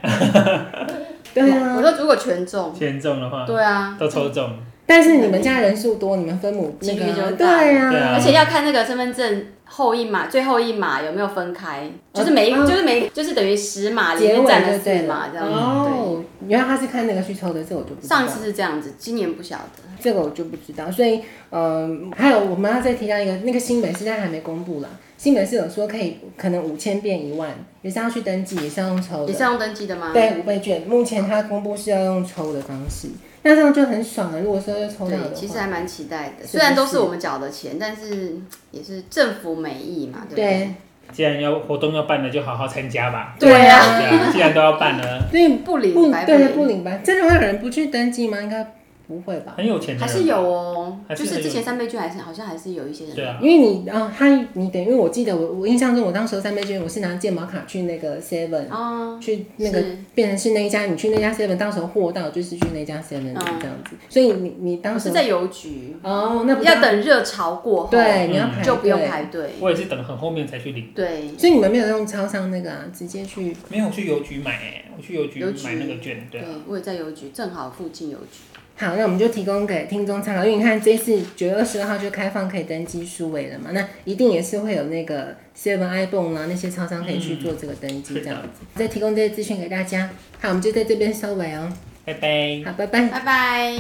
Speaker 1: 对
Speaker 3: 我
Speaker 1: 啊，
Speaker 3: 说如果全中，
Speaker 2: 先中的话，
Speaker 3: 对啊，
Speaker 2: 都抽中，
Speaker 1: 但是你们家人数多，你们分母那
Speaker 3: 几率
Speaker 1: 个啊
Speaker 3: 就大
Speaker 1: 对
Speaker 2: 对啊
Speaker 1: 啊，
Speaker 3: 而且要看那个身份证后一码，最后一码有没有分开，就是每一、
Speaker 1: 哦
Speaker 3: 就是每就是等于十码里
Speaker 1: 结
Speaker 3: 面
Speaker 1: 尾
Speaker 3: 占了
Speaker 1: 就对
Speaker 3: 四码
Speaker 1: 了
Speaker 3: 这。样子。对，
Speaker 1: 哦，原来他是看那个去抽的，这我就不知道。
Speaker 3: 上次是这样子，今年不晓得。
Speaker 1: 这个我就不知道，所以嗯、还有我们要再提到一个，那个新北市但还没公布啦。新北市有说可以可能五千变一万，也是要去登记，也是要用抽
Speaker 3: 也
Speaker 1: 的
Speaker 3: 是，要用登记的吗？
Speaker 1: 对五倍券。目前它公布是要用抽的方式，那这样就很爽了。如果说又抽到的
Speaker 3: 对，
Speaker 1: 话，
Speaker 3: 其实还蛮期待
Speaker 1: 是不
Speaker 3: 的。
Speaker 1: 是
Speaker 3: 虽然都是我们缴的钱，但是嗯也是政府美意嘛，对不
Speaker 1: 对
Speaker 3: 对？
Speaker 2: 既然要活动要办了，就好好参加吧。
Speaker 3: 对啊
Speaker 2: 对啊，既然都要办了，
Speaker 1: 所以
Speaker 3: 不
Speaker 1: 不
Speaker 3: 领白
Speaker 1: 对不
Speaker 3: 领，
Speaker 1: 领吧？真的会有人不去登记吗？应该不会吧？
Speaker 2: 很有钱的人
Speaker 3: 还是有哦。
Speaker 2: 还是
Speaker 3: 就
Speaker 2: 很有
Speaker 3: 是之前三倍券还是好像还是有一些人
Speaker 2: 对啊，
Speaker 1: 因为你啊，他你等于我记得我我印象中，我当时候三倍券我是拿健保卡去那个 Seven
Speaker 3: 哦，
Speaker 1: 去那个
Speaker 3: 是
Speaker 1: 变成是那一家，你去那家 seven，到时候货到就是去那家 seven
Speaker 3: 嗯
Speaker 1: 这样子。所以你你当
Speaker 3: 我
Speaker 1: 时
Speaker 3: 是在邮局，
Speaker 1: 哦，那不
Speaker 3: 要等热潮过后，
Speaker 1: 对，你要
Speaker 2: 嗯
Speaker 1: 排
Speaker 3: 就不用
Speaker 1: 队
Speaker 3: 排队。
Speaker 2: 我也是等很后面才去领，
Speaker 3: 对，
Speaker 1: 所以你们没有用超商那个啊，直接去
Speaker 2: 没有我去邮局买，哎我去邮局
Speaker 3: 邮局
Speaker 2: 买那个券，对
Speaker 3: 对
Speaker 2: 啊，
Speaker 3: 我也在邮局，正好附近邮局。
Speaker 1: 好，那我们就提供给听众参考，因为你看这次九月二十二号就开放可以登记数位了嘛，那一定也是会有那个 Seven、iPhone 啊啦那些超商可以去做这个登记
Speaker 2: 嗯是的
Speaker 1: 这样子，再提供这些资讯给大家。好，我们就在这边收尾哦。
Speaker 2: 拜拜。
Speaker 1: 好，拜拜。
Speaker 3: 拜拜。